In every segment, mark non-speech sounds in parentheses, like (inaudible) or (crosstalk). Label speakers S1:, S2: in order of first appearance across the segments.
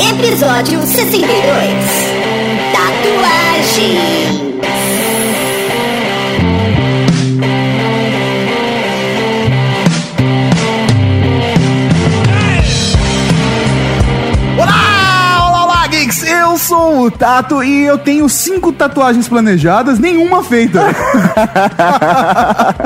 S1: Episódio 62 Tatuagem
S2: Olá, olá, olá, geeks! Eu sou o Tato e eu tenho cinco tatuagens planejadas, nenhuma feita.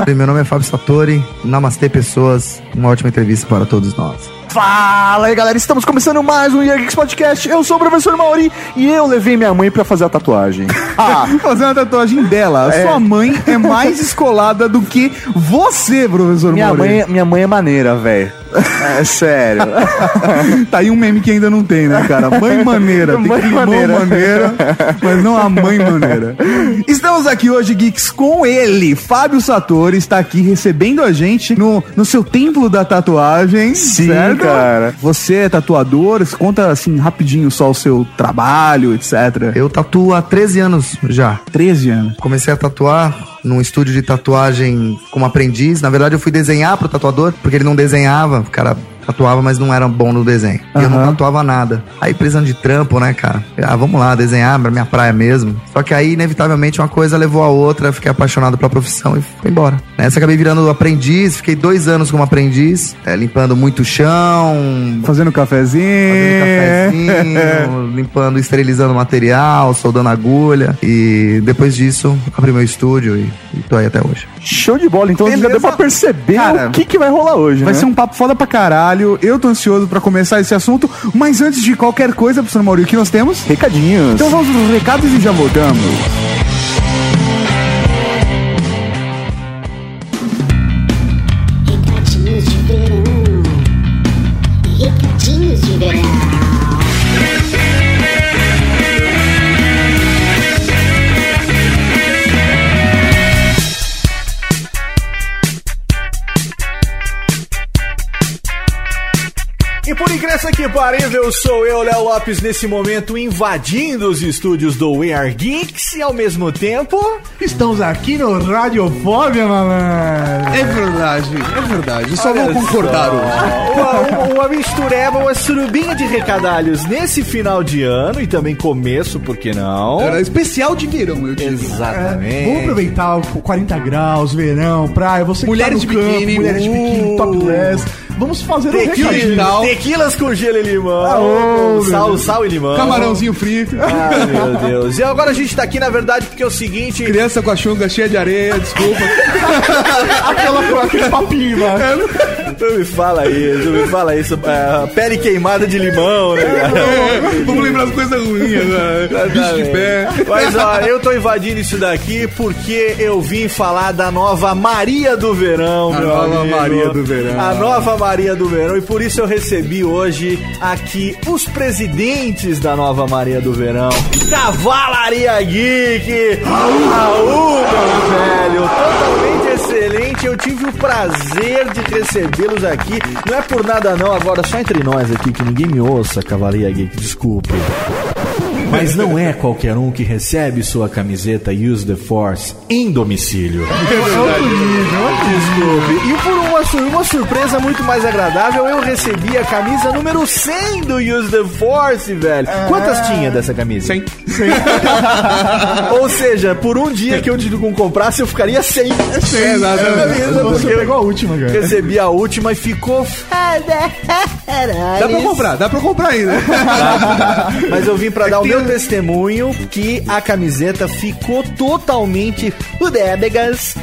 S3: Oi, Meu nome é Fábio Satori. Namastê, pessoas. Uma ótima entrevista para todos nós.
S2: (laughs) Fala aí, galera! Estamos começando mais um Year Geeks Podcast. Eu sou o professor Mauri e eu levei minha mãe pra fazer a (laughs) tatuagem. Ah. fazer uma tatuagem dela. Sua mãe é mais escolada do que você, professor
S4: Minha
S2: Mauri.
S4: mãe, minha mãe é maneira, velho. É sério.
S2: (laughs) Tá aí um meme que ainda não tem, né, cara? Mãe maneira. Tem
S4: Mãe
S2: que irmão maneira.
S4: maneira.
S2: mas não a mãe maneira. Estamos aqui hoje, Geeks, com ele. Fábio Sator está aqui recebendo a gente no, no seu templo da tatuagem.
S4: Sim,
S2: certo?
S4: cara.
S2: Você é tatuador? Conta, assim, rapidinho só o seu trabalho, etc.
S3: Eu tatuo há 13 anos já.
S2: 13 anos.
S3: Comecei a tatuar num estúdio de tatuagem como aprendiz. Na verdade, eu fui desenhar pro tatuador, porque ele não desenhava. O cara tatuava, mas não era bom no desenho. E eu não
S2: Aham.
S3: tatuava nada. Aí, precisando de trampo, né, cara? Ah, vamos lá, desenhar pra minha praia mesmo. Só que aí, inevitavelmente, uma coisa levou a outra. Eu Fiquei apaixonado pela profissão e fui embora. Nessa, acabei virando aprendiz. Fiquei dois anos como aprendiz, eh, limpando muito chão,
S2: Fazendo
S3: É.
S2: cafezinho.
S3: fazendo (laughs) cafezinho, limpando, esterilizando material, soldando agulha. E depois disso, abri meu estúdio e, e tô aí até hoje.
S4: Show de bola. Então já
S2: Beleza.
S4: deu pra perceber
S2: Cara,
S4: o que, que vai rolar hoje,
S2: Vai
S4: né?
S2: ser um papo foda pra caralho. Eu tô ansioso pra começar esse assunto. Mas antes de qualquer coisa, professor Maurício, o que nós temos?
S4: Recadinhos.
S2: Então vamos nos recados e já voltamos.
S1: Recadinhos de verão Recadinhos de verão
S5: E por incrível que parível, sou eu, Léo Lopes, nesse momento invadindo os estúdios do We Are Geeks e ao mesmo tempo.
S2: Estamos aqui no Radiofobia, malandro. É verdade, é verdade. Eu só
S5: Olha só, Uma, uma, uma mistureba, uma surubinha de recadalhos nesse final de ano e também começo, por que não?
S6: Era especial de verão, eu tive.
S5: Exatamente.
S6: Vamos aproveitar o 40 graus, verão, praia, você que
S7: Mulheres
S6: tá
S7: de
S6: no campo,
S7: biquíni,
S6: mulheres de biquíni,
S7: uh.
S6: topless. Vamos fazer um
S5: Tequila-
S6: recadinho. Ah,
S5: tequilas com gelo e limão, com sal, sal e limão.
S7: Camarãozinho frito,
S5: Ah, meu Deus. E agora a gente tá aqui, na verdade, porque é o seguinte.
S7: criança com a chunga cheia de areia,
S2: (laughs)
S7: desculpa.
S6: Aquela, aquele papinho
S2: né?
S6: lá.
S5: Não me fala isso, não me fala isso. É, pele queimada de limão, né, cara?
S7: É, Vamos lembrar as coisas ruins agora. Bicho de pé.
S5: Mas ó, eu tô invadindo isso daqui porque eu vim falar da nova Maria do Verão,
S7: A
S5: meu
S7: nova
S5: amigo.
S7: Maria do Verão.
S5: A nova Maria do Verão. E por isso eu recebi hoje aqui os presidentes da nova Maria do Verão. Cavalaria Geek! Raul, meu velho! Totalmente excelente. Eu tive o prazer de recebê-los aqui. Não é por nada não, agora só entre nós aqui, que ninguém me ouça, Cavalaria Geek, desculpa. Mas não é qualquer um que recebe sua camiseta Use the Force em domicílio. É Desculpe. E por uma, sur- uma surpresa muito mais agradável, eu recebi a camisa número 100 do Use the Force, velho. Quantas tinha dessa camisa? 100. (laughs) Ou seja, por um dia que eu não comprasse, eu ficaria sem.
S7: É, nada.
S6: Você pegou a última, cara.
S5: Recebi a última e ficou
S1: É
S7: Dá pra comprar, dá pra comprar né? ainda.
S5: Mas eu vim pra dar o meu testemunho que a camiseta ficou totalmente udebegas.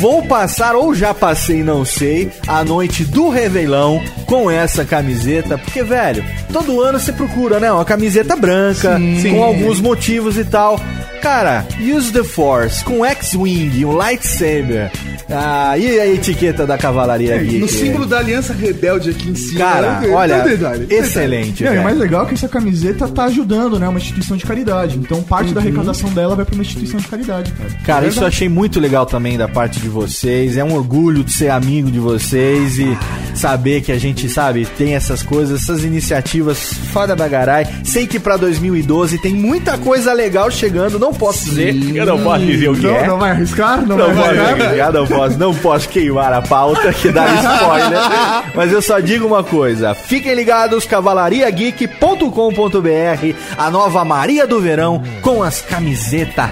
S5: Vou passar, ou já passei, não sei, a noite do Revelão com essa camiseta. Porque, velho, todo ano você procura, né? Uma camiseta branca, com alguns motivos e tal. Cara, Use the Force com X-Wing, um lightsaber. Ah, e a etiqueta da Cavalaria Geek?
S7: No
S5: (laughs)
S7: símbolo da Aliança Rebelde aqui em cima.
S2: é
S5: Cara,
S2: né?
S7: Eu- eu-
S5: olha,
S7: eu-
S2: Então,
S7: detalhe.
S5: excelente.
S6: E aí, o
S5: velho.
S6: mais legal é que essa camiseta tá ajudando, né? Uma instituição de caridade. Então parte
S7: Uhum.
S6: da arrecadação dela vai pra uma instituição de caridade, cara.
S5: Cara, isso eu
S6: Verdade.
S5: É achei muito legal também da parte de vocês. É um orgulho de ser amigo de vocês e saber que a gente, sabe, tem essas coisas, essas iniciativas fora da garai. Sei que pra 2012 tem muita coisa legal chegando, não posso dizer. Eu não posso dizer o que é.
S4: Não, não vai arriscar? Não,
S5: Não
S4: vai
S5: posso,
S4: arriscar?
S5: obrigado, não posso, não posso queimar a pauta que (laughs) dá spoiler. Mas eu só digo uma coisa: fiquem ligados, cavalariageek.com.br, a nova Maria do Verão com as camisetas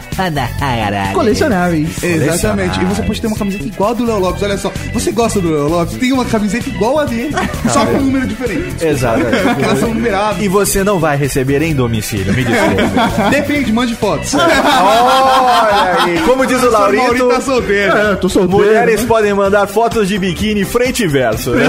S4: Colecionáveis.
S2: Exatamente. E você pode ter uma camiseta igual a do Léo Lopes. Olha só, você gosta do Léo Lopes? Tem uma camiseta igual a dele, só com um número diferente.
S5: Exato.
S2: Elas são
S4: (laughs)
S2: numeradas.
S5: E você não vai receber em domicílio, me desculpe.
S2: (laughs) Depende, mande fotos.
S5: Olha aí, como diz o Laurito,
S2: Maurito tá solteiro.
S8: É, tô solteiro.
S5: (laughs) mulheres podem mandar fotos de biquíni frente e verso. né?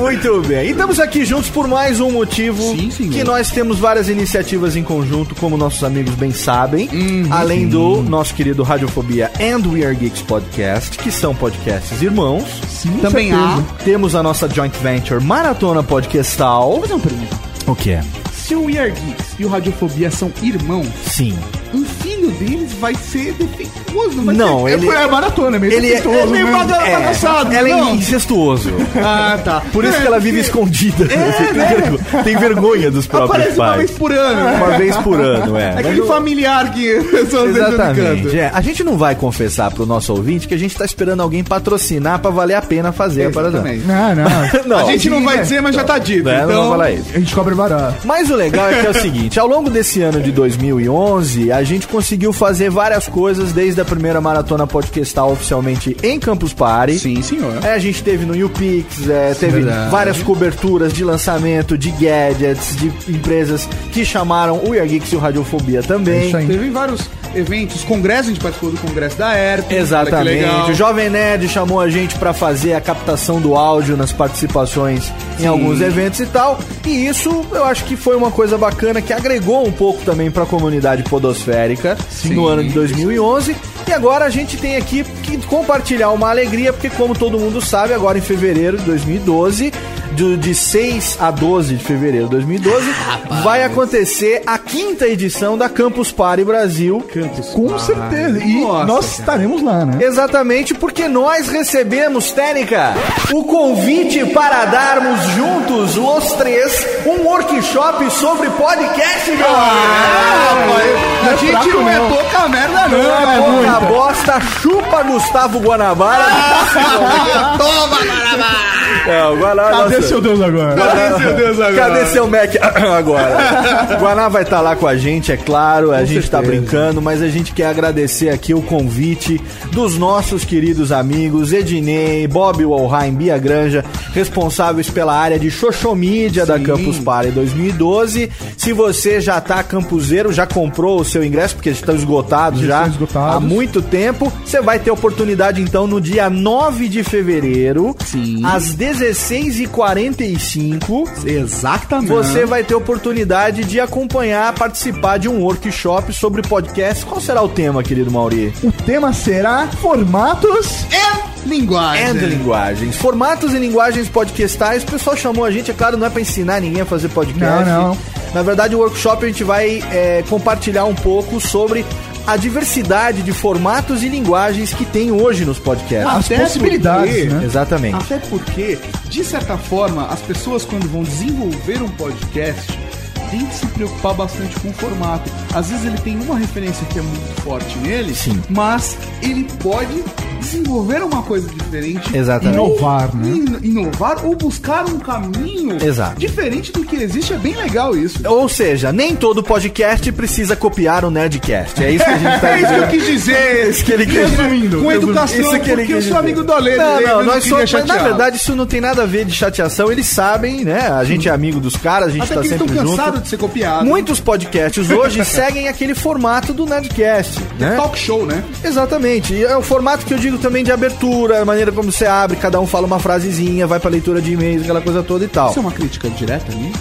S5: Muito bem. E estamos aqui juntos por mais um motivo que nós temos várias iniciativas em conjunto, como nossos amigos bem sabem, além do nosso querido Radiofobia and We Are Geeks Podcast, que são podcasts irmãos.
S4: Sim,
S2: Também
S4: certeza.
S2: há.
S5: Temos a nossa joint venture Maratona Podcastal.
S2: Fazer uma pergunta.
S5: O que é?
S2: Se o We Are Geeks e o Radiofobia são irmãos,
S5: Sim.
S2: um filho deles vai ser defeituoso, não vai
S5: Não,
S2: ser...
S5: ele
S4: É maratona, é meio
S5: ele é,
S4: defeituoso,
S5: ele é
S4: né?
S5: baga-
S4: É.
S5: bagaçado. Ela é incestuoso.
S2: Ah, tá. É, né?
S5: Por isso que ela vive escondida. tem, vergonha, tem vergonha dos próprios
S2: Aparece uma
S5: pais.
S2: vez por ano.
S5: Uma vez por ano, é.
S2: É aquele familiar que (laughs) as pessoas deixam no
S5: Exatamente.
S2: canto.
S5: É. A gente não vai confessar pro nosso ouvinte que a gente tá esperando alguém patrocinar pra valer a pena fazer a parada.
S2: Exatamente.
S4: Não, não. é.
S5: Não,
S2: A gente não vai dizer, mas já tá dito.
S5: né, não vou
S2: Então,
S5: falar isso.
S4: A gente cobra barato.
S5: Mas o legal é
S2: (laughs)
S5: que é o seguinte, ao longo desse ano de 2011, a gente conseguiu fazer várias coisas, desde a primeira maratona podcastal oficialmente em Campus Party.
S2: sim, senhor.
S5: É, a gente teve no YouPix, é, teve
S2: Verdade.
S5: várias coberturas de lançamento, de gadgets, de empresas que chamaram o Year Geeks e o Radiofobia
S2: É
S5: também.
S4: Isso aí.
S2: Teve vários eventos, congresso, a gente participou do congresso da ERP. olha Ah, que
S5: Exatamente.
S2: legal.
S5: O Jovem Nerd chamou a gente pra fazer a captação do áudio nas participações em alguns eventos e tal. E isso eu acho que foi uma coisa bacana que agregou um pouco também pra comunidade podosférica no ano de 2011. E agora a gente tem aqui que compartilhar uma alegria, porque como todo mundo sabe, agora em fevereiro de 2012, do- de 6 a 12 de fevereiro de
S2: (laughs)
S5: 2012, vai acontecer a quinta edição da Campus Party Brasil,
S4: Com certeza. E
S2: Nossa,
S4: nós
S2: cara.
S4: estaremos lá, né?
S5: Exatamente porque nós recebemos, Térica, o convite para darmos juntos, os três, um workshop sobre podcast, meu
S2: Ah,
S5: amigo.
S2: rapaz, a gente não é pouca merda, não. né?
S5: Não é
S2: rapaz.
S5: pouca bosta, chupa Gustavo Guanabara.
S2: Ah, Toma, Guanabara!
S5: É, o Guanabara
S4: Cadê
S5: nossa.
S4: seu Deus agora?
S2: Cadê seu Deus agora?
S5: Cadê seu Mac (coughs) agora? O Guaná vai estar lá com a gente, é claro. A gente está tá brincando, mas a gente quer agradecer aqui o convite dos nossos queridos amigos Ednei, Bob Walheim, Bia Granja, responsáveis pela área de Xoxomídia da Campus Party 2012. Se você já tá campuseiro, já comprou o seu ingresso, porque estão esgotados já
S4: estão esgotados.
S5: há muito tempo, você vai ter oportunidade então no dia 9 de fevereiro, às 16h45.
S2: Exatamente.
S5: Você vai ter oportunidade de acompanhar, participar de um workshop sobre podcast. Qual será o tema, querido Mauri?
S4: O tema será formatos.
S2: é linguagem.
S5: And linguagens. Formatos e linguagens podcastais. O pessoal chamou a gente, é claro, não é pra ensinar ninguém a fazer podcast.
S4: Não, não.
S5: Na verdade, o workshop a gente vai é, compartilhar um pouco sobre a diversidade de formatos e linguagens que tem hoje nos podcasts.
S4: As
S2: Até
S4: possibilidades,
S2: porque- Ah.
S4: né?
S5: Exatamente.
S2: Até porque, de certa forma, as pessoas quando vão desenvolver um podcast têm que se preocupar bastante com o formato. Às vezes ele tem uma referência que é muito forte nele,
S5: Sim.
S2: mas ele pode desenvolver uma coisa diferente.
S5: Exatamente.
S4: Inovar, né?
S2: in- inovar ou buscar um caminho
S5: Exato.
S2: diferente do que existe. É bem legal isso.
S5: Ou seja, nem todo podcast precisa copiar o Nerdcast. É isso que a gente tá
S2: É isso que
S5: dizendo.
S2: eu quis dizer.
S5: Isso que ele quis dizer.
S2: Resumindo. Com educação,
S5: Isso que ele
S2: porque
S5: quis
S2: eu
S5: dizer.
S2: sou amigo do Aledo.
S5: Não,
S2: ele
S5: não,
S2: não
S5: nós
S2: queria
S5: somos. mas Na
S2: chateá-lo.
S5: verdade, isso não tem nada a ver de chateação. Eles sabem, né? A gente é amigo dos caras, a gente
S2: Até
S5: tá
S2: que eles estão
S5: sempre junto.
S2: cansados de ser copiados.
S5: Muitos
S2: (laughs)
S5: podcasts hoje seguem aquele formato do Nerdcast, né?
S2: Talk show, né?
S5: Exatamente. E é o formato que eu digo também de abertura, a maneira como você abre, cada um fala uma frasezinha, vai pra leitura de e-mails, aquela coisa toda e tal.
S2: Isso é uma crítica direta a mim?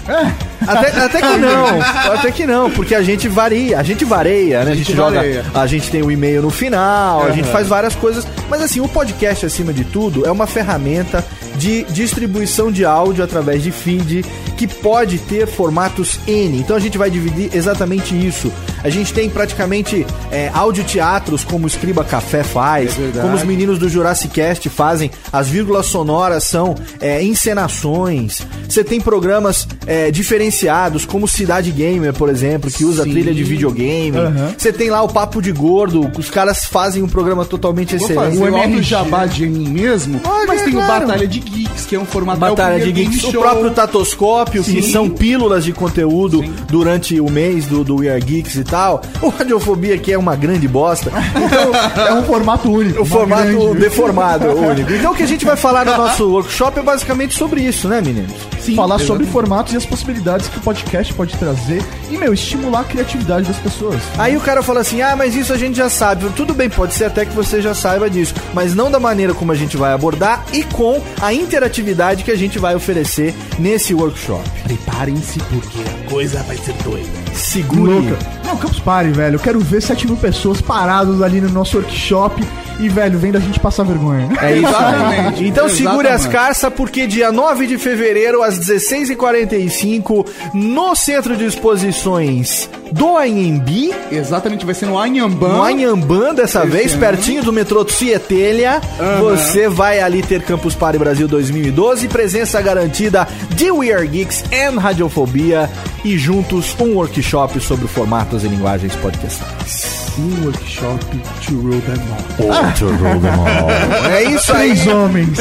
S5: Até, até que Ah, não, até que não, porque a gente varia, a gente vareia, né? A gente,
S2: gente
S5: joga,
S2: vareia.
S5: a gente tem o e-mail no final, a gente faz várias coisas. Mas assim, o podcast, acima de tudo, é uma ferramenta de distribuição de áudio através de feed que pode ter formatos N. Então a gente vai dividir exatamente isso. A gente tem praticamente é, audioteatros, como o Escriba Café faz,
S7: É verdade.
S5: como os meninos do Jurassic Cast fazem. As vírgulas sonoras são é, encenações. Você tem programas é, diferenciados, como Cidade Gamer, por exemplo, que usa trilha de videogame. Você tem lá o Papo de Gordo, os caras fazem um programa totalmente
S7: Vou
S5: excelente.
S7: fazer o
S6: MRG.
S7: auto jabá de mim mesmo, mas tem o Batalha de Geeks, que é um formato
S5: Batalha
S7: é o
S5: de
S7: primeiro
S5: Geeks,
S7: game
S5: o
S7: show.
S5: próprio Tatoscópio, que
S7: Sim.
S5: são pílulas de conteúdo durante o mês do, do We Are Geeks e tal. O Radiofobia, que é uma grande bosta.
S2: (laughs)
S5: Então,
S6: É um formato único.
S5: o
S6: uma
S5: formato
S6: grande-
S7: (laughs)
S5: deformado, único. Então, o que a gente vai falar no nosso workshop é basicamente sobre isso, né, meninos?
S7: Ah. Sim,
S6: falar
S7: exatamente.
S6: sobre formatos e as possibilidades que o podcast pode trazer e, meu, estimular a criatividade das pessoas.
S5: Aí o cara fala assim: ah, mas isso a gente já sabe. Tudo bem, pode ser até que você já saiba disso, mas não da maneira como a gente vai abordar e com a interatividade que a gente vai oferecer nesse workshop.
S7: Preparem-se porque a coisa vai ser doida.
S5: Segure.
S6: Não, Campus Party, velho. Eu quero ver 7 mil pessoas paradas ali no nosso workshop e, velho, vendo a gente passar vergonha.
S5: É isso.
S7: Exatamente. (laughs)
S5: Então segure as
S7: Exatamente.
S5: carças, porque dia 9 de fevereiro, às 16h45, no Centro de Exposições do Anhembi,
S7: Exatamente, vai ser no
S5: no
S7: Anhambam.
S5: Anhambã dessa vez,
S7: ano.
S5: pertinho do metrô Tietelha, você vai ali ter Campus Party Brasil 2012, presença garantida de We Are Geeks and Radiofobia, e juntos um workshop sobre formatos e linguagens podcastais.
S7: Um workshop to roll them all.
S5: Ah!
S6: Oh,
S5: (laughs) É isso aí,
S6: Três homens,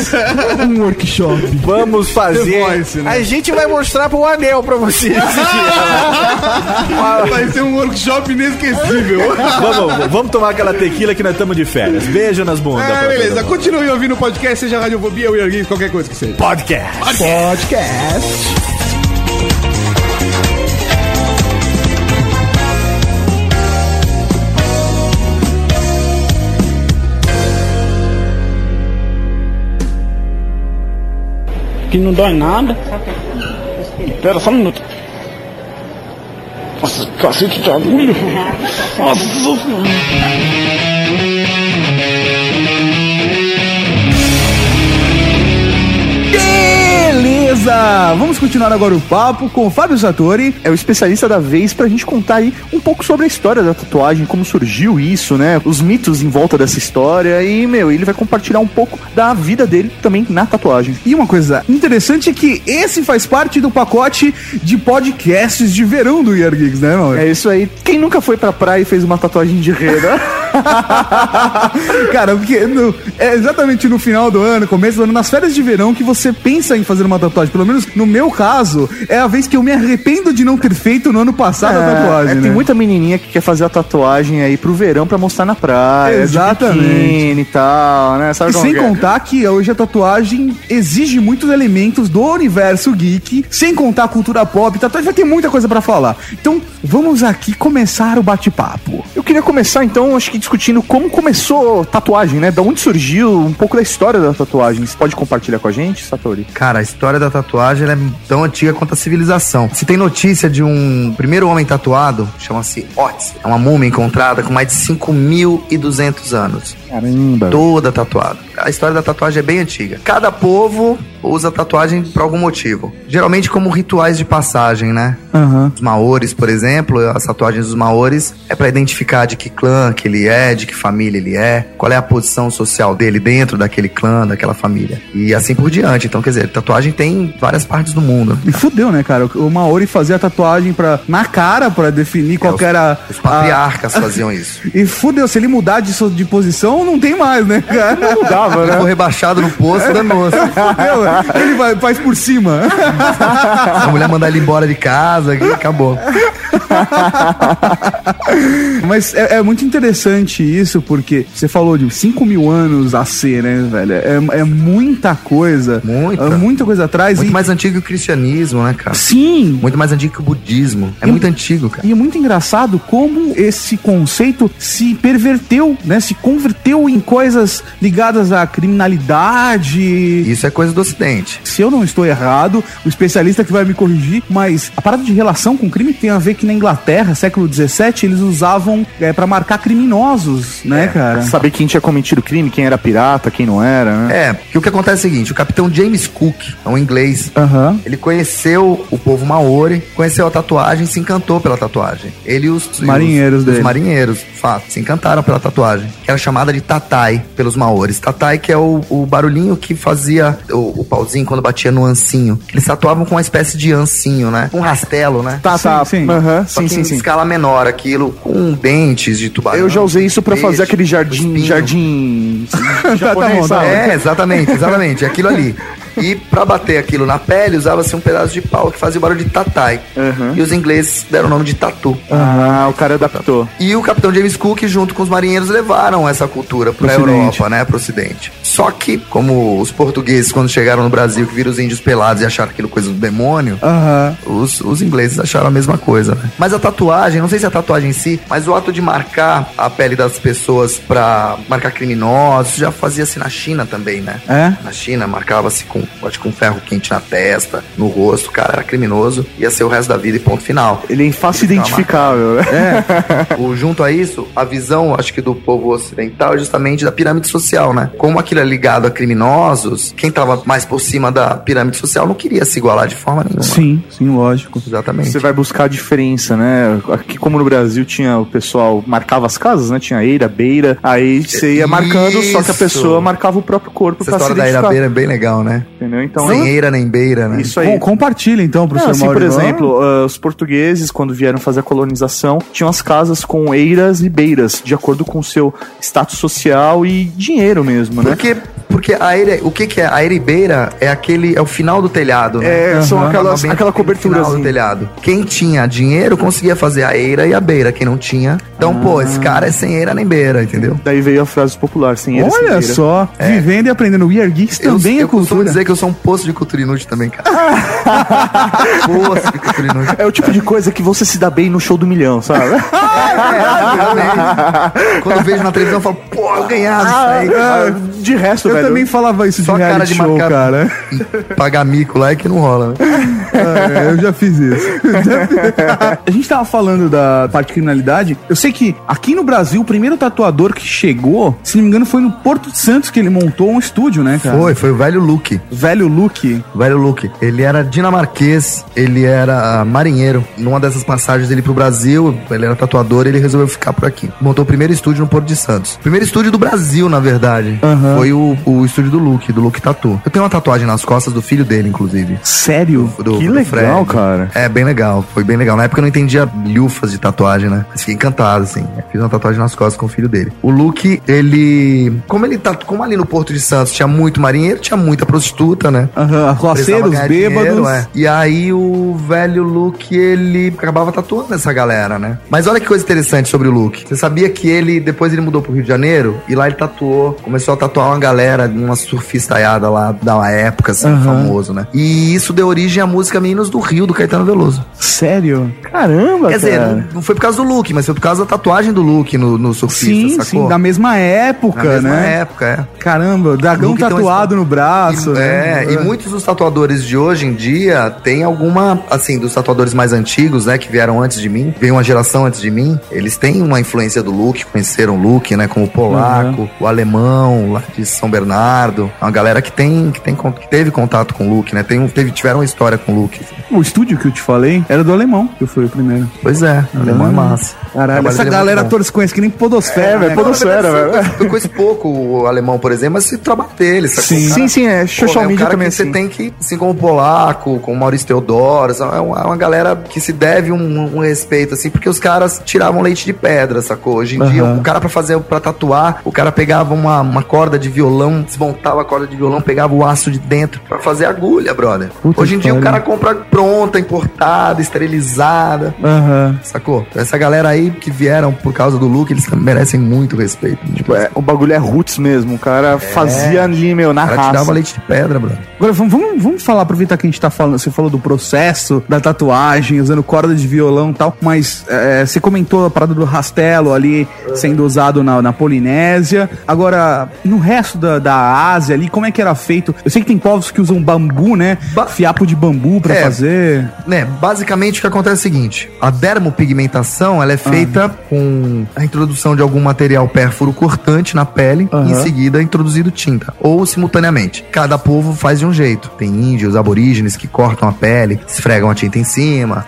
S6: um workshop.
S5: Vamos fazer.
S7: The Voice, né?
S5: A gente vai mostrar pro anel pra vocês.
S7: (laughs) Vai ser um workshop inesquecível.
S9: (laughs)
S5: vamos, vamos tomar aquela tequila que nós estamos de férias. Beijo nas bundas. pra
S7: É,
S5: todo
S7: beleza.
S5: mundo.
S7: Continue ouvindo o podcast, seja Radiofobia, Weird Games, qualquer coisa que seja.
S5: Podcast.
S6: Podcast.
S10: que não dói nada. Espera só um minuto. Nossa, cacete de agulha. Nossa senhora.
S9: Beleza! Vamos continuar agora o papo com o Fábio Satori. É o especialista da vez pra gente contar aí um pouco sobre a história da tatuagem, como surgiu isso, né? Os mitos em volta dessa história. E, meu, ele vai compartilhar um pouco da vida dele também na tatuagem.
S2: E uma coisa interessante é que esse faz parte do pacote de podcasts de verão do Year Geeks, né, Mauro?
S9: É isso aí. Quem nunca foi pra praia e fez uma tatuagem de rena?
S2: Cara, porque no- é exatamente no final do ano, começo do ano, nas férias de verão, que você pensa em fazer uma tatuagem. Pelo menos no meu caso, é a vez que eu me arrependo de não ter feito no ano passado a tatuagem.
S9: É,
S2: né?
S9: Tem muita menininha que quer fazer a tatuagem aí pro verão pra mostrar na praia. de
S2: Exatamente.
S9: Ah, é biquíni e tal, né? Sabe
S2: E
S9: como
S2: sem
S9: que é?
S2: contar que hoje a tatuagem exige muitos elementos do universo geek, sem contar a cultura pop, tatuagem vai ter muita coisa pra falar. Então, vamos aqui começar o bate-papo.
S9: Eu queria começar, então, acho que discutindo como começou a tatuagem, né? Da onde surgiu, um pouco da história da tatuagem. Você pode compartilhar com a gente, Satori?
S3: Cara, a história da tatuagem ela é tão antiga quanto a civilização. Se tem notícia de um primeiro homem tatuado, chama-se Otis. É uma múmia encontrada com mais de 5.200 anos.
S9: Caramba.
S3: Toda tatuada. A história da tatuagem é bem antiga. Cada povo usa tatuagem por algum motivo. Geralmente como rituais de passagem, né? Os maores, por exemplo, as tatuagens dos maores é pra identificar de que clã que ele é, de que família ele é, qual é a posição social dele dentro daquele clã, daquela família. E assim por diante. Então, quer dizer, tatuagem tem em várias partes do mundo.
S2: E fudeu, né, cara? O Maori fazia a tatuagem pra, na cara pra definir qual
S3: É, os-
S2: que era.
S3: Os
S2: a-
S3: patriarcas
S2: (laughs)
S3: faziam isso.
S2: E fudeu, se ele mudar de, so- de posição, não tem mais, né,
S3: É,
S2: cara?
S9: Dava, né?
S3: Ficou rebaixado no né, poço, danou.
S2: Fudeu, né? ele vai, faz por cima.
S3: (laughs) A mulher mandar ele embora de casa, que acabou.
S2: Mas é, é muito interessante isso, porque você falou de 5 mil anos a ser, né, velho? É, é muita coisa.
S3: Muita.
S2: É muita coisa atrás.
S3: Muito
S2: e-
S3: mais antigo que o cristianismo, né, cara?
S2: Sim.
S3: Muito mais antigo que o budismo. É muito antigo, cara.
S2: E é muito engraçado como esse conceito se perverteu, né? Se converteu em coisas ligadas a contra a criminalidade.
S3: Isso é coisa do Ocidente.
S2: Se eu não estou errado, o especialista que vai me corrigir, mas a parada de relação com crime tem a ver que na Inglaterra, século XVII, eles usavam é, para marcar criminosos, né, cara?
S9: É, Saber quem tinha cometido crime, quem era pirata, quem não era, né?
S3: É, que o que acontece é o seguinte: o capitão James Cook, é um inglês,
S2: Aham.
S3: ele conheceu o povo maori, conheceu a tatuagem, se encantou pela tatuagem. Ele e os
S2: Marinheiros
S3: os,
S2: dele.
S3: Os marinheiros, fato, se encantaram pela tatuagem, que era chamada de tatai pelos maores. Tatai que é o, o barulhinho que fazia o, o pauzinho quando batia no ancinho. Eles tatuavam com uma espécie de ancinho, né? Um rastelo, né?
S9: Tá, tá.
S2: sim.
S9: Aham,
S3: Só
S9: sim,
S3: que
S9: sim,
S3: em
S9: sim.
S3: escala menor aquilo, com dentes de tubarão.
S9: Eu já usei isso pra fazer
S3: peixe,
S9: aquele jardim,
S3: espinho.
S9: jardim
S2: (laughs)
S9: japonês,
S2: bom, tá
S9: sabe?
S3: É, exatamente, exatamente.
S2: (laughs)
S3: Aquilo ali. E pra bater aquilo na pele, usava-se um pedaço de pau que fazia o barulho de tatai. E os ingleses deram o nome de tatu.
S9: Ah, o cara adaptou.
S3: E o capitão James Cook, junto com os marinheiros, levaram essa cultura pra
S2: Pro Ocidente.
S3: Europa, né? Pro Ocidente. Só que, como os portugueses, quando chegaram no Brasil, que viram os índios pelados e acharam aquilo coisa do demônio,
S2: Aham.
S3: os, os ingleses acharam a mesma coisa, né? Mas a tatuagem, não sei se a tatuagem em si, mas o ato de marcar a pele das pessoas pra marcar criminosos, já fazia-se na China também, né?
S2: É?
S3: Na China, marcava-se com, acho, que com ferro quente na testa, no rosto, o cara era criminoso, ia ser o resto da vida e
S2: (laughs)
S3: ponto final.
S9: Ele é fácil
S3: Ele tá
S9: identificável, né?
S2: É,
S3: O, junto a isso, a visão, acho que do povo ocidental é justamente da pirâmide social, né? Como aquilo é ligado a criminosos, quem tava mais por cima da pirâmide social não queria se igualar de forma nenhuma.
S2: Sim, sim, lógico.
S3: Exatamente.
S9: Você vai buscar a diferença, né? Aqui, como no Brasil, tinha o pessoal marcava as casas, né? Tinha eira, beira. Aí você ia marcando, só que a
S3: Isso.
S9: pessoa marcava o próprio corpo
S3: Essa
S9: pra se
S2: tá
S3: história da
S9: identificar.
S3: Irabeira é bem legal, né?
S9: Entendeu? Então,
S3: Sem eira nem beira, né?
S9: isso aí.
S2: Bom, compartilha então,
S9: Não,
S2: professor
S9: assim, por
S2: Mauro.
S9: exemplo, ah, os portugueses, quando vieram fazer a colonização, tinham as casas com eiras e beiras, de acordo com o seu status social e dinheiro mesmo, né?
S3: Porque, porque a eira, o que que é? A eribeira é aquele, é o final do telhado, né?
S9: É, são
S3: Uhum.
S9: aquelas-
S3: Bem
S9: aquela assim.
S3: no Final do
S9: coberturazinha.
S3: telhado. Quem tinha dinheiro conseguia fazer a eira e a beira, quem não tinha. Então,
S9: Ah.
S3: pô, esse cara é sem eira nem beira, entendeu?
S9: Daí veio a frase popular, sem eira, sem
S2: Olha
S9: beira.
S2: só,
S9: É.
S2: vivendo e aprendendo. We Are Geeks também
S3: eu,
S2: é
S3: eu costumo
S2: cultura.
S3: dizer que eu sou um poço de cultura inútil também, cara.
S9: (laughs)
S3: poço de cultura inútil.
S9: É o tipo de coisa que você se dá bem no show do
S3: (laughs)
S9: milhão, sabe? (laughs) É
S3: Realmente. Quando eu vejo na televisão, eu falo, pô, eu ganhava isso aí.
S9: Ah, de resto,
S2: Eu
S9: velho.
S2: também falava isso de
S3: Só a cara
S2: reality
S3: de
S2: show,
S3: marcar-
S2: cara. (laughs)
S3: Pagar mico lá é que não rola, né?
S2: É, eu já fiz isso. a gente tava falando da parte de criminalidade. Eu sei que aqui no Brasil, o primeiro tatuador que chegou, se não me engano, foi no Porto Santos que ele montou um estúdio, né,
S9: Tá.
S2: cara?
S3: Foi, foi o velho Luke.
S2: Velho Luke.
S3: Velho Luke, ele era dinamarquês, ele era ah, marinheiro. Numa dessas passagens dele pro Brasil, ele era tatuador ele resolveu ficar por aqui. Montou o primeiro estúdio no Porto de Santos. Primeiro estúdio do Brasil, na verdade.
S2: Aham.
S3: Foi o, o estúdio do Luke, do Luke Tatu. Eu tenho uma tatuagem nas costas do filho dele, inclusive.
S2: Sério?
S3: Do,
S9: Que
S3: do
S9: legal,
S3: Fred.
S9: cara.
S3: É, bem legal. Foi bem legal. Na época eu não entendia lhufas de tatuagem, né? Mas fiquei encantado, assim. Fiz uma tatuagem nas costas com o filho dele. O Luke, ele... Como ele tá... Como ali no Porto de Santos tinha muito marinheiro, tinha muita prostituta, né?
S2: Aham,
S3: Precisava
S2: arroaceiros,
S3: ganhar
S2: bêbados.
S3: dinheiro, é. E aí o velho Luke, ele acabava tatuando essa galera, né? Mas olha que coisa interessante sobre o Luke. Você sabia que ele, depois ele mudou pro Rio de Janeiro e lá ele tatuou, começou a tatuar uma galera, uma surfistaiada lá da época, assim, famoso, né? E isso deu origem à música Meninos do Rio, do Caetano Veloso.
S2: Sério?
S9: Caramba,
S3: Quer dizer,
S9: cara.
S2: é.
S3: não, não foi por causa do Luke, mas foi por causa da tatuagem do Luke no, no surfista,
S2: Sim,
S3: sacou?
S2: sim, da mesma época,
S3: Na mesma
S2: né?
S3: época, é.
S2: Caramba, dragão
S3: Luke tem uma
S2: tatuado no braço.
S3: E-
S2: né?
S3: É, e muitos dos tatuadores de hoje em dia têm alguma, assim, dos tatuadores mais antigos, né, que vieram antes de mim, veio uma geração antes de mim, eles têm uma influência do Luke, conheceram o Luke, né, como o polaco,
S2: Uhum.
S3: o alemão, lá de São Bernardo, uma galera que tem, que tem, con- que teve contato com o Luke, né, tem, um- teve, tiveram uma história com o Luke. assim.
S2: O estúdio que eu te falei era do alemão, que foi o primeiro.
S3: Pois é, o alemão é massa.
S2: Uhum. Caralho,
S3: Trabalho
S2: essa
S3: dele é muito
S2: galera
S3: bom. É,
S2: toda se conhece que nem Podosfera, É, né? velho.
S9: Podosfera,
S3: Eu
S9: velho.
S3: Eu conheço pouco o alemão, por exemplo, mas se trabalho dele, sacou?
S2: Sim.
S3: O cara-
S9: Sim, sim, é.
S3: Pô,
S9: Social
S3: é um
S9: media
S3: cara
S9: também
S3: que
S9: assim.
S3: você tem que, assim como o Polaco, com o Maurício Teodoro, é uma, é uma galera que se deve um, um respeito, assim, porque os caras tiravam leite de pedra, sacou? Hoje em dia,
S2: Aham.
S3: o cara pra fazer, pra tatuar, o cara pegava uma, uma corda de violão, desmontava a corda de violão, pegava o aço de dentro pra fazer agulha, brother.
S2: Puta
S3: Hoje em
S2: que
S3: dia, o
S2: pariu.
S3: cara compra pronta, importada, esterilizada.
S2: Aham.
S3: Sacou? Então, Essa galera aí aí que vieram por causa do look, eles merecem muito respeito. Tipo,
S9: É, o bagulho é roots mesmo. O cara
S2: É.
S9: fazia ali, meu, na
S3: o cara
S9: raça.
S3: tirava leite de pedra, brother.
S2: Agora vamos, vamos, vamos falar, aproveitar que a gente tá falando, você falou do processo, da tatuagem, usando corda de violão e tal, mas é, você comentou a parada do rastelo ali sendo usado na, na Polinésia. Agora, no resto da, da Ásia ali, como é que era feito? Eu sei que tem povos que usam bambu, né? Fiapo de bambu pra
S3: É.
S2: fazer.
S3: né, basicamente o que acontece é o seguinte: a dermopigmentação ela é feita com a introdução de algum material pérfuro cortante na pele e em seguida é introduzido tinta, ou simultaneamente. Cada povo faz de um jeito. Tem índios, aborígenes que cortam a pele, esfregam a tinta em cima.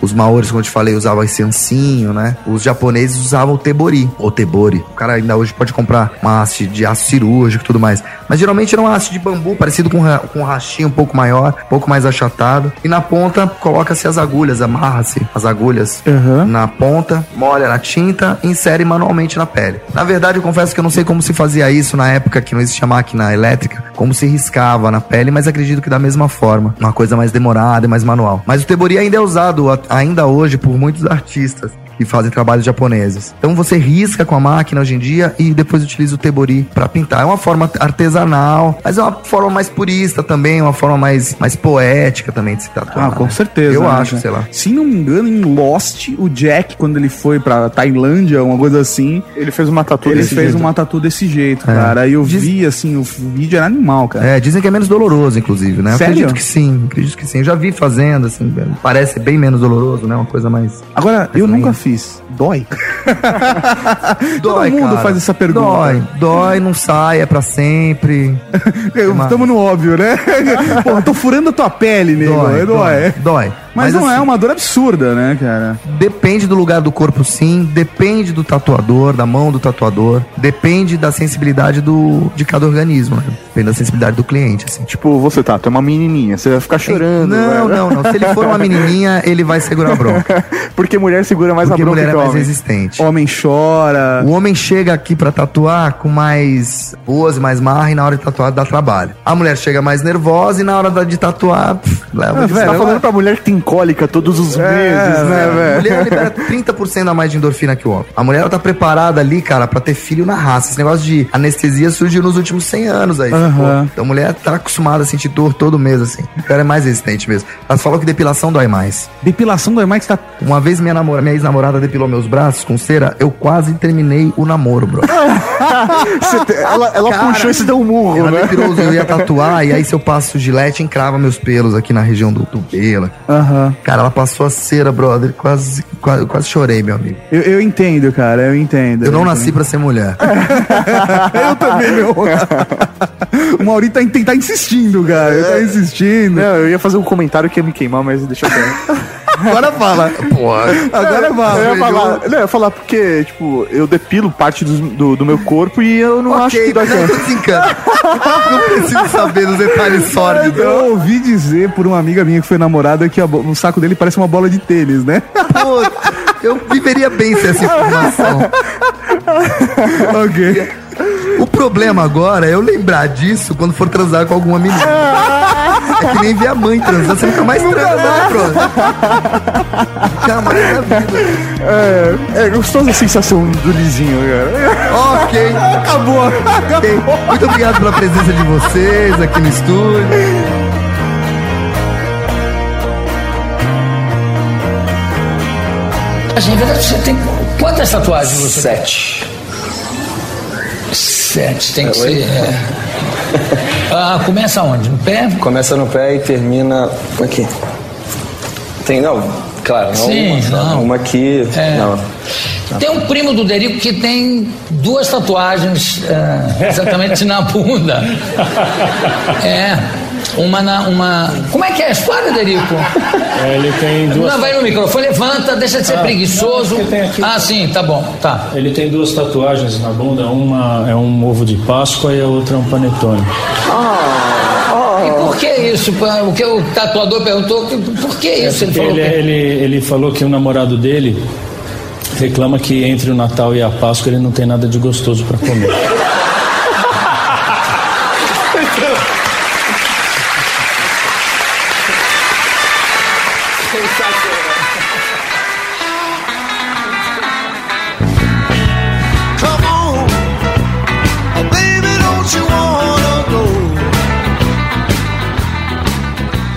S3: Os maores, como eu te falei, usavam incensinho, né? Os japoneses usavam o tebori, ou tebori. O cara ainda hoje pode comprar uma haste de aço cirúrgico e tudo mais. Mas geralmente era uma haste de bambu, parecido com, ra- com um rachinho um pouco maior, um pouco mais achatado. E na ponta, coloca-se as agulhas, amarra-se as agulhas na ponta, molha na tinta e insere manualmente na pele. Na verdade, eu confesso que eu não sei como se fazia isso na época que não existia máquina elétrica, como se riscava na pele, mas acredito que da mesma forma. Uma coisa mais demorada e mais manual. Mas o tebori ainda é usado a- ainda hoje por muitos artistas que fazem trabalhos japoneses. Então você risca com a máquina hoje em dia e depois utiliza o tebori pra pintar. É uma forma artesanal, mas é uma forma mais purista também, uma forma mais, mais poética também de se tatuar.
S2: Ah, com
S3: né?
S2: certeza.
S3: Eu
S2: né,
S3: acho,
S2: cara?
S3: sei lá.
S2: Se não me engano, em Lost, o Jack, quando ele foi pra Tailândia, uma coisa assim,
S9: Ele fez uma tatuagem.
S2: ele fez uma tatu desse jeito, cara. E eu
S3: Diz-
S2: vi, assim, o vídeo era animal, cara.
S3: É, dizem que é menos doloroso, inclusive, né? Eu
S2: Sério?
S3: Acredito que sim, acredito que sim. Eu já vi fazendo, assim, parece bem menos doloroso, né? Uma coisa mais.
S2: Agora, eu
S3: Mas nem-
S9: é.
S2: nunca fiz.
S9: (laughs)
S2: Dói?
S3: Dói,
S2: mundo faz essa pergunta.
S3: Dói, dói, não sai, é pra sempre. Mas-
S2: Estamos no óbvio,
S9: (laughs)
S2: né? Porra, tô furando a tua pele, nego. É, Dói,
S3: dói. dói.
S2: Mas, não
S3: assim,
S2: é uma dor absurda, né, cara?
S3: Depende do lugar do corpo, sim. Depende do tatuador, da mão do tatuador. Depende da sensibilidade do, de cada organismo, né? Depende da sensibilidade do cliente, assim.
S9: Tipo, você tá, tu é uma menininha, você vai ficar chorando.
S3: Não,
S9: vai-
S3: não, não. Se ele for uma menininha, ele vai segurar
S2: (laughs)
S3: a bronca.
S9: Porque mulher segura mais
S3: Porque
S9: a bronca
S3: mulher é
S9: que
S3: mais
S9: homem.
S3: resistente.
S2: Homem chora.
S3: O homem chega aqui pra tatuar com mais boas e mais marra e na hora de tatuar dá trabalho. A mulher chega mais nervosa e na hora da- de tatuar pff,
S2: É,
S3: leva.
S9: Você tá falando pra mulher que tem cólica todos os meses, né,
S3: a
S9: velho?
S2: é.
S3: mulher libera 30% a mais de endorfina que o homem. A mulher ela tá preparada ali, cara, pra ter filho na raça. Esse negócio de anestesia surgiu nos últimos 100 anos aí. sacou? Então a mulher tá acostumada a sentir dor todo mês, assim. O cara é mais resistente mesmo. Elas falam que depilação dói mais.
S2: Depilação dói mais que tá.
S3: Uma vez minha, namora, minha ex-namorada depilou meus braços com cera, eu quase terminei o namoro, bro.
S2: Ah,
S9: Você
S2: é.
S9: te- Ela, ela puxou e se deu um murro,
S3: Ela
S9: né?
S3: me pirou, eu ia tatuar, e aí se eu passo gilete, encrava meus pelos aqui na região do, do pelo.
S2: Aham.
S3: Cara, ela passou a cera, brother, quase, quase, quase chorei, meu amigo.
S2: Eu, eu entendo, cara, eu entendo. (laughs)
S3: Eu não nasci pra ser mulher.
S2: Eu também, meu.
S9: (laughs)
S2: o Mauri tá, in- tá insistindo, cara. Tá
S9: É.
S2: insistindo.
S9: Não, eu ia fazer um comentário que ia me queimar, mas deixa
S10: (laughs)
S9: eu
S3: Agora fala. Pô,
S2: Agora vai.
S9: É, eu ia falar, não, eu ia falar porque, tipo, eu depilo parte dos- do, do, meu corpo e eu não acho que
S3: ok,
S9: dói
S2: é
S3: não
S9: tanto.
S3: tô desencando. Não preciso saber dos detalhes sórdidos.
S2: Eu ouvi dizer por uma amiga minha que foi namorada que a bo- o saco dele parece uma bola de tênis, né? (laughs)
S3: Pô, eu viveria bem sem essa informação.
S2: ok.
S3: O problema agora é eu lembrar disso quando for transar com alguma menina. É que nem ver a mãe transar, você nunca mais transa, né, brother? Jamais na vida.
S9: É, é gostosa a sensação
S2: Um
S9: do lisinho, cara.
S3: Ok. Acabou. Muito obrigado pela presença de vocês aqui no estúdio.
S4: Assim, você tem quantas tatuagens você Sete. Sete, tem que ser. é.
S2: (laughs)
S4: Ah, começa onde? No pé?
S11: Começa no pé e termina aqui. Tem, não, claro, não
S4: Sim,
S11: uma, só,
S4: não.
S11: uma aqui.
S4: É.
S11: Não.
S10: Tá
S4: Tem um primo do Derico que tem duas tatuagens
S10: (laughs)
S4: é, exatamente na bunda. É. Uma na. Uma... Como é que é a história, Derico?
S10: É, ele tem duas. Ah,
S4: Não, vai no microfone, levanta, deixa de ser preguiçoso.
S10: não, é que tem aqui.
S4: ah, sim, tá bom, tá.
S10: Ele tem duas tatuagens na bunda, uma é um ovo de Páscoa e a outra é um panetone.
S4: E por que isso? Pra- O que o tatuador perguntou, que- por que isso? Ele falou
S10: É Ele,
S4: que...
S10: ele, ele falou que o namorado dele reclama que entre o Natal e a Páscoa ele não tem nada de gostoso pra comer.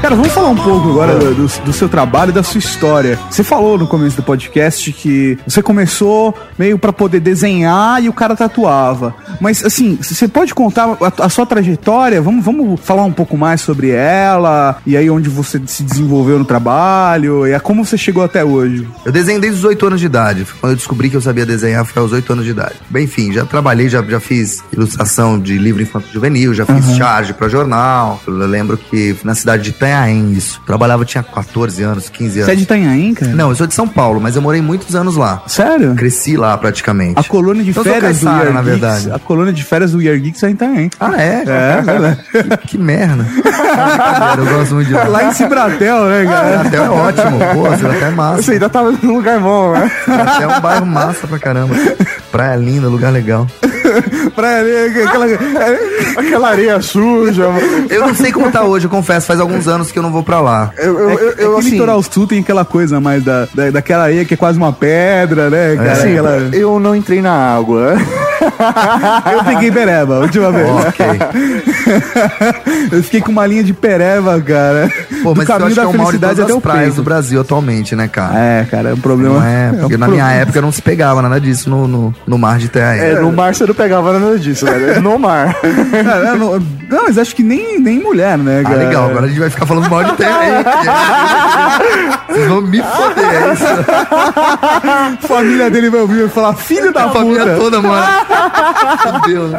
S2: Cara, vamos falar um pouco agora do, do- do seu trabalho e da sua história. Você falou no começo do podcast que você começou meio pra poder desenhar e o cara tatuava. Mas, assim, c- você pode contar a, a sua trajetória? Vamos, vamos falar um pouco mais sobre ela e aí onde você se desenvolveu no trabalho e a como você chegou até hoje.
S3: Eu desenho desde os 8 anos de idade. Foi Quando eu descobri que eu sabia desenhar, foi aos 8 anos de idade. Bem, enfim, já trabalhei, já, já fiz ilustração de livro infantil juvenil, já fiz
S2: Uhum.
S3: charge pra jornal. Eu lembro que na cidade de Itanhaém, isso. Trabalhava, eu tinha 14 anos, 15 anos.
S2: Você é de Itanhaém, cara?
S3: Não, eu sou de São Paulo, mas eu morei muitos anos lá.
S2: Sério?
S3: Cresci lá praticamente.
S2: A colônia de
S3: Eu sou
S2: férias do
S3: caiçara,
S2: Year
S3: na
S2: Geeks-
S3: verdade.
S2: A colônia de férias do Year Geeks é em Itanhaém.
S3: Ah, é?
S2: É, verdade.
S3: Que, que merda. eu gosto muito de lá.
S2: Lá em
S3: (laughs)
S2: Cibratel, né, cara?
S3: Até é ótimo. Pô, você até é massa.
S9: Você ainda tava num lugar
S2: (laughs)
S9: bom, né?
S3: Até um bairro massa pra caramba. Praia linda, lugar legal.
S9: Praia,
S2: é
S9: ali, aquela,
S3: Ah! É,
S9: aquela areia suja.
S3: Eu não sei como tá hoje, eu confesso. Faz alguns anos que eu não vou pra lá.
S9: Eu, eu,
S2: É que-
S9: eu,
S2: é que
S9: eu, assim,
S2: litoral sul tem aquela coisa mais da, da, daquela areia que é quase uma pedra,
S3: É.
S2: né, cara?
S9: assim,
S2: Aquela-
S9: eu não entrei na água.
S2: Eu (laughs) peguei pereba, a última vez.
S3: Ok.
S2: (laughs) Eu fiquei com uma linha de pereba, cara.
S3: Pô,
S2: do
S3: mas eu
S2: caminho
S3: acho que é
S2: da
S3: o mal de
S2: felicidade
S3: todas
S2: até
S3: as
S2: o
S3: praias
S2: peito.
S3: do Brasil atualmente, né, cara?
S2: É, cara, é um problema.
S3: Não é, porque
S2: um
S3: na minha
S2: problema.
S3: época não se pegava nada disso no, no, no mar de terra.
S9: É, no mar você não pegava nada disso, velho. É No
S2: (laughs)
S9: mar.
S2: Cara, eu É, não, não, mas acho que nem, nem mulher, né,
S3: Ah,
S2: cara?
S3: legal, agora a gente vai ficar falando mal de terra.
S2: (laughs)
S3: Vocês vão me foder, é isso.
S2: A família dele vai ouvir e falar, filho da
S3: A família
S2: puta.
S3: toda mora. Meu Deus.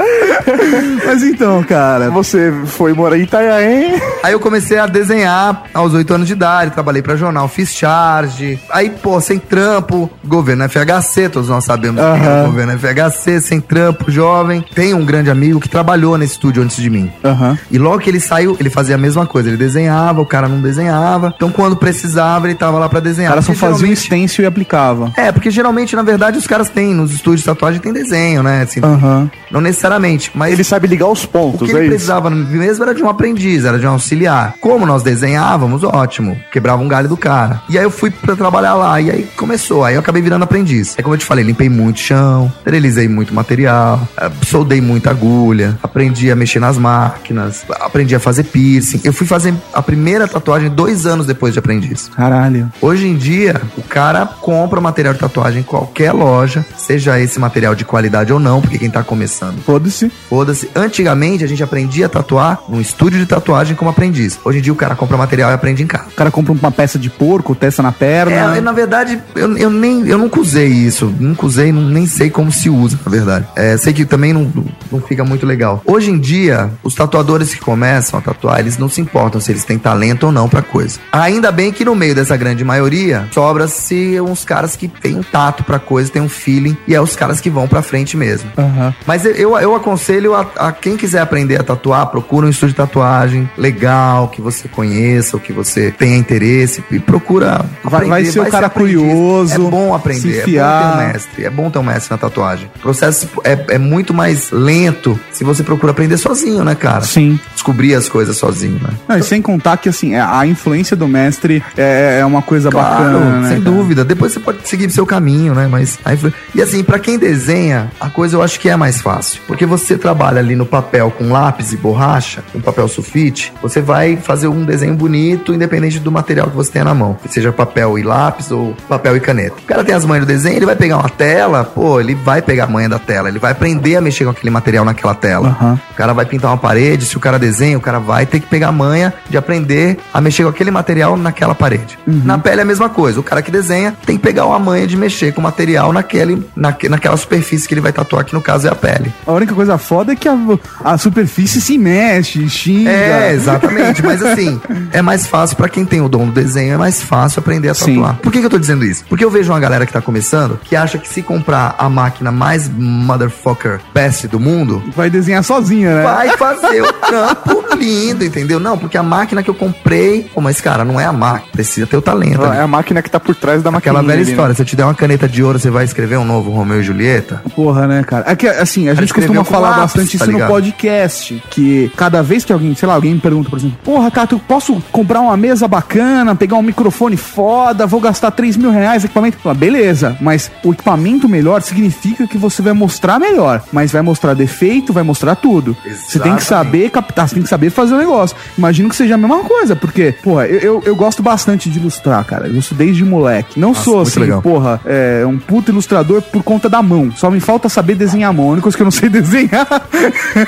S2: Mas então, cara,
S9: Você foi morar em Itanhaém.
S3: Aí eu comecei a desenhar aos 8 anos de idade, trabalhei pra jornal, fiz charge. Aí, pô, sem trampo, governo FHC, todos nós sabemos que é o governo FHC, sem trampo, jovem. Tem um grande amigo que trabalhou nesse estúdio antes de mim.
S2: Aham.
S3: E logo que ele saiu, ele fazia a mesma coisa. Ele desenhava, o cara não desenhava. Então, quando precisava, ele tava lá pra
S2: o
S3: desenhar.
S2: cara só
S3: Porque
S2: fazia um
S3: geralmente-
S2: stencil e aplicava.
S3: É, porque geralmente, na verdade, os caras têm, nos estúdios de tatuagem, tem desenho, né? Assim,
S2: Aham.
S3: Não necessariamente, mas...
S9: Ele sabe ligar os
S3: O que
S9: pontos, é
S3: ele
S9: isso?
S3: precisava mesmo era de um aprendiz, era de um auxiliar. Como nós desenhávamos, ótimo. Quebrava um galho do cara. E aí eu fui pra trabalhar lá, e aí começou. Aí eu acabei virando aprendiz. É como eu te falei, limpei muito chão, esterilizei muito material, eh, soldei muita agulha, aprendi a mexer nas máquinas, aprendi a fazer piercing. Eu fui fazer a primeira tatuagem dois anos depois de aprendiz.
S2: Caralho.
S3: Hoje em dia, o cara compra material de tatuagem em qualquer loja, seja esse material de qualidade ou não, porque quem tá começando
S2: Foda-se.
S3: Foda-se. Antigamente a gente aprendia a tatuar num estúdio de tatuagem como aprendiz. Hoje em dia o cara compra material e aprende em casa.
S2: O cara compra uma peça de porco, testa na perna.
S3: É, eu, na verdade, eu, eu nem eu nunca usei isso. Nunca usei, não- nem sei como se usa, na verdade. É, sei que também não, não fica muito legal. Hoje em dia, os tatuadores que começam a tatuar, eles não se importam se eles têm talento ou não pra coisa. Ainda bem que no meio dessa grande maioria, sobra-se uns caras que têm um tato pra coisa, têm um feeling, e é os caras que vão pra frente mesmo.
S2: Aham.
S3: Mas eu- eu, eu aconselho a, a quem quiser aprender a tatuar, procura um estúdio de tatuagem legal, que você conheça, ou que você tenha interesse, e procura.
S2: Vai- vai ser o cara
S3: aprendiz.
S2: curioso,
S3: É bom aprender,
S2: se
S3: é bom ter um
S2: enfiar.
S3: mestre, é bom ter um mestre na tatuagem. O processo é, é muito mais lento se você procura aprender sozinho, né, cara?
S2: Sim.
S3: Descobrir as coisas sozinho, né?
S2: Não, e sem contar que, assim, a a influência do mestre é, é uma coisa bacana, né?
S3: sem
S2: cara?
S3: dúvida. Depois você pode seguir seu caminho, né? Mas a influ- e assim, pra quem desenha, a coisa eu acho que é mais fácil, porque você trabalha ali no papel com lápis e borracha, com papel sulfite, você vai fazer um desenho bonito, independente do material que você tenha na mão, que seja papel e lápis ou papel e caneta. O cara tem as manhas do desenho, ele vai pegar uma tela, pô, ele vai pegar a manha da tela, ele vai aprender a mexer com aquele material naquela tela.
S2: Aham.
S3: O cara vai pintar uma parede, se o cara desenha, o cara vai ter que pegar a manha de aprender a mexer com aquele material naquela parede. Na pele é a mesma coisa. O cara que desenha tem que pegar uma manha de mexer com o material naquele, naque, naquela superfície que ele vai tatuar, que no caso é a pele.
S2: A única coisa foda é que a, a superfície se mexe, xinga.
S3: É, exatamente. Mas assim, é mais fácil pra quem tem o dom do desenho, é mais fácil aprender a
S2: Sim.
S3: tatuar. Por que, que eu tô dizendo isso? Porque eu vejo uma galera que tá começando que acha que se comprar a máquina mais motherfucker best do mundo,
S2: Vai desenhar sozinha, né?
S3: vai fazer o trampo lindo, entendeu? Não, porque a máquina que eu comprei. Pô, mas cara, não é a máquina, precisa ter o talento.
S9: É
S3: ali.
S9: a máquina que tá por trás da
S3: Aquela
S9: maquininha
S3: velha
S9: ali, né?
S3: história, se eu te der uma caneta de ouro, você vai escrever um novo Romeu e Julieta?
S2: Porra, né, cara? É que, assim, a
S3: Ela
S2: gente costuma
S3: escreveu com
S2: falar
S3: lápis,
S2: bastante
S3: tá
S2: isso no
S3: ligado?
S2: podcast, que cada vez que alguém, sei lá, alguém me pergunta, por exemplo, porra, Tato, eu posso comprar uma mesa bacana, pegar um microfone foda, vou gastar 3 mil reais no equipamento? Fala, beleza, mas o equipamento melhor significa que você vai mostrar melhor, mas vai mostrar defeito, vai mostrar tudo. Você tem que
S3: Exatamente.
S2: saber saber captar, você tem que saber fazer o negócio. Imagino que seja a mesma coisa, porque, porra, eu, eu, eu gosto bastante de ilustrar, cara. Eu sou desde moleque. Não sou
S3: muito
S2: assim,
S3: legal.
S2: porra, é um puto ilustrador por conta da mão. Só me falta saber desenhar a mão. A única coisa que eu não sei (laughs) desenhar.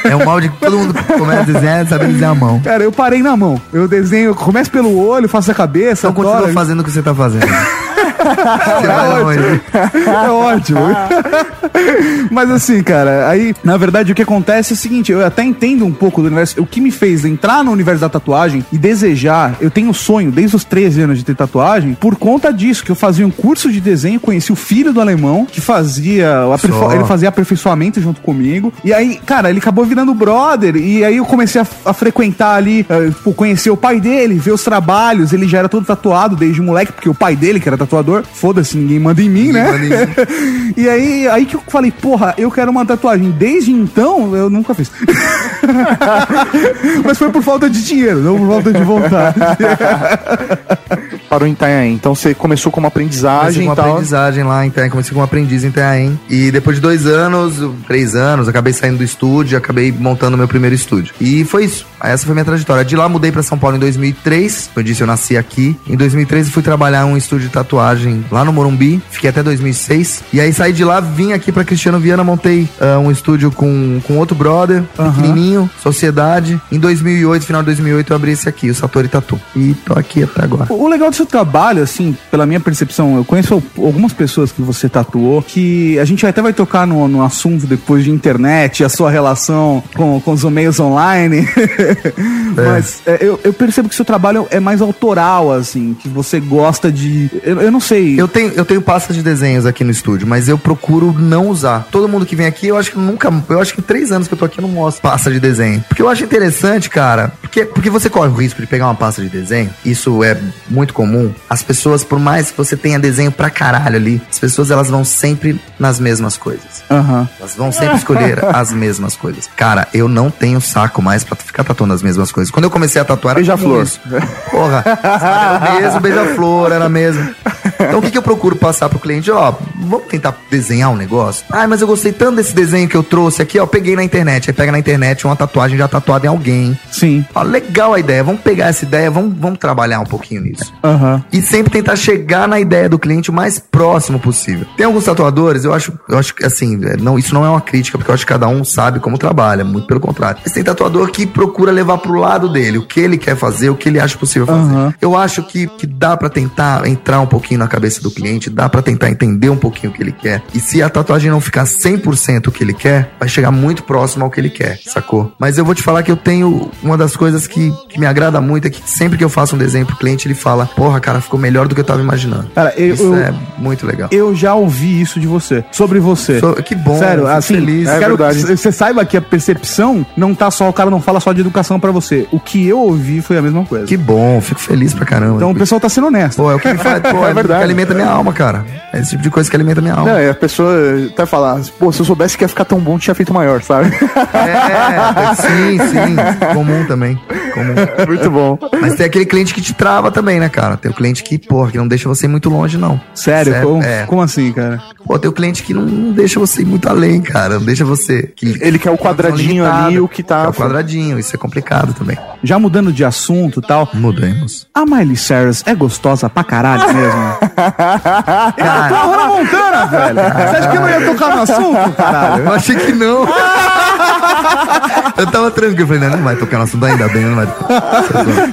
S3: É um mal de que todo mundo começa a desenhar sabe desenhar a mão.
S2: Cara, eu parei na mão. Eu desenho, começo pelo olho, faço a cabeça,
S3: Então continua
S2: adoro.
S3: fazendo o que você tá
S9: (laughs)
S3: fazendo. Você vai um longe.
S2: (laughs) É ótimo. (laughs) Mas assim, cara, aí, na verdade, o que acontece é o seguinte, eu até entendo um pouco do universo. O que me fez entrar no universo da tatuagem e desejar, eu tenho um sonho desde os 13 anos de ter tatuagem, por conta disso, que eu fazia um curso de desenho, conheci o filho do alemão, que fazia. o aperfo-
S3: Só.
S2: Ele fazia aperfeiçoamento junto comigo. E aí, cara, ele acabou virando brother. E aí eu comecei a, a frequentar ali, eh, tipo, conhecer o pai dele, ver os trabalhos. Ele já era todo tatuado desde moleque, porque o pai dele, que era tatuador, foda-se, ninguém manda em mim, né?
S3: manda em mim.
S2: (laughs) E aí, aí que eu falei, porra, eu quero uma tatuagem. Desde então, eu nunca fiz. (laughs) Mas foi por falta de dinheiro, não por falta de vontade.
S9: Parou em Itanhaém. Então você começou como
S3: Comecei
S9: aprendizagem
S3: com
S9: e tal.
S3: aprendizagem lá em Itanhaém, comecei como um aprendiz em Itanhaém. E depois de dois anos, três anos, acabei saindo do estúdio, acabei montando meu primeiro estúdio. E foi isso. Essa foi minha trajetória. De lá mudei pra São Paulo em 2003. Como eu disse, eu nasci aqui. Em 2013 fui trabalhar em um estúdio de tatuagem lá no Morumbi. Fiquei até 2006. E aí saí de lá, vim aqui pra Cristiano Viana, montei ah, um estúdio com, com outro brother, pequenininho, Sociedade. Em 2008, final de 2008, eu abri esse aqui, o Satori Tatu. E tô aqui até agora.
S2: O legal do seu trabalho, assim, pela minha percepção, eu conheço al- algumas pessoas que você tatuou, que a gente até vai tocar no, no assunto depois de internet, a sua relação com, com os meios online. (laughs) Mas é, eu, eu percebo que seu trabalho é mais autoral, assim, que você gosta de. Eu, eu não sei.
S3: Eu tenho, eu tenho pasta de desenhos aqui no estúdio, mas eu procuro não usar. Todo mundo que vem aqui, eu acho que nunca. Eu acho que em três anos que eu tô aqui, eu não mostro pasta de desenho. Porque eu acho interessante, cara. Porque, porque você corre o risco de pegar uma pasta de desenho. Isso é muito comum. As pessoas, por mais que você tenha desenho pra caralho ali, as pessoas elas vão sempre nas mesmas coisas.
S2: Aham.
S3: Elas vão sempre escolher as mesmas coisas. Cara, eu não tenho saco mais pra ficar tatuando as mesmas coisas. Quando eu comecei a tatuar, era
S9: Beija-flor.
S3: tudo isso. Porra, sabe, era mesmo, beija-flor, era mesmo. Então o que, que eu procuro passar pro cliente? Ó, vamos tentar desenhar um negócio? Ai, mas eu gostei tanto desse desenho que eu trouxe aqui, ó, peguei na internet. Aí pega na internet uma tatuagem já tatuada em alguém.
S2: Sim.
S3: Ó, legal a ideia, vamos pegar essa ideia, vamos, vamos trabalhar um pouquinho nisso
S2: Aham.
S3: e sempre tentar chegar na ideia do cliente o mais próximo possível. Tem alguns tatuadores, eu acho, eu acho que assim, é, não, isso não é uma crítica, porque eu acho que cada um sabe como trabalha, muito pelo contrário. Mas tem tatuador que procura levar pro lado dele o que ele quer fazer, o que ele acha possível fazer.
S2: Aham.
S3: Eu acho que, que dá pra tentar entrar um pouquinho na cabeça do cliente, dá pra tentar entender um pouquinho o que ele quer. E se a tatuagem não ficar 100% o que ele quer, vai chegar muito próximo ao que ele quer, sacou? Mas eu vou te falar que eu tenho uma das coisas que, que me agrada muito é que sempre que eu faço um desenho pro cliente, ele fala: Porra, cara, ficou melhor do que eu tava imaginando.
S2: Cara, eu-
S3: Isso
S2: eu-
S3: é muito legal.
S2: Eu já ouvi isso de você. Sobre você.
S3: So- que bom,
S2: Sério,
S3: fico
S2: assim,
S3: feliz.
S2: eu
S9: É
S2: quero
S9: verdade.
S2: que você saiba que a percepção não tá só, o cara não fala só de educação pra você. O que eu ouvi foi a mesma coisa.
S3: Que bom, fico feliz pra caramba.
S2: Então o pessoal tá sendo honesto.
S3: Pô, é o
S2: (laughs)
S3: que me faz, pô, é, o que
S9: verdade.
S3: alimenta minha alma, cara. É esse tipo de coisa que alimenta minha alma.
S9: Não, e a pessoa até falar, pô, se eu soubesse que ia ficar tão bom, tinha feito maior, sabe?
S3: É, sim, sim. Comum também. Comum.
S9: (laughs) Muito bom.
S3: Mas tem aquele cliente que te trava também, né, cara? Tem o cliente que, porra, que não deixa você ir muito longe, não.
S2: Sério, como,
S3: É.
S2: como assim, cara?
S3: Pô, tem o cliente que não, não deixa você ir muito além, cara. Não deixa você. que-
S9: Ele quer o quadradinho ali,
S3: limitada.
S9: o que tá.
S3: É o quadradinho, isso é complicado também.
S2: Já mudando de assunto e tal,
S3: Mudemos.
S2: a Miley Cyrus é gostosa pra caralho
S3: (laughs)
S2: mesmo.
S9: é
S3: Cara,
S2: Hannah Montana, velho.
S3: Ah,
S2: Você acha que eu não ia tocar no assunto,
S3: (laughs)
S2: caralho?
S3: eu achei que não. Eu tava tranquilo, eu falei, não, não vai tocar no assunto ainda bem, não vai.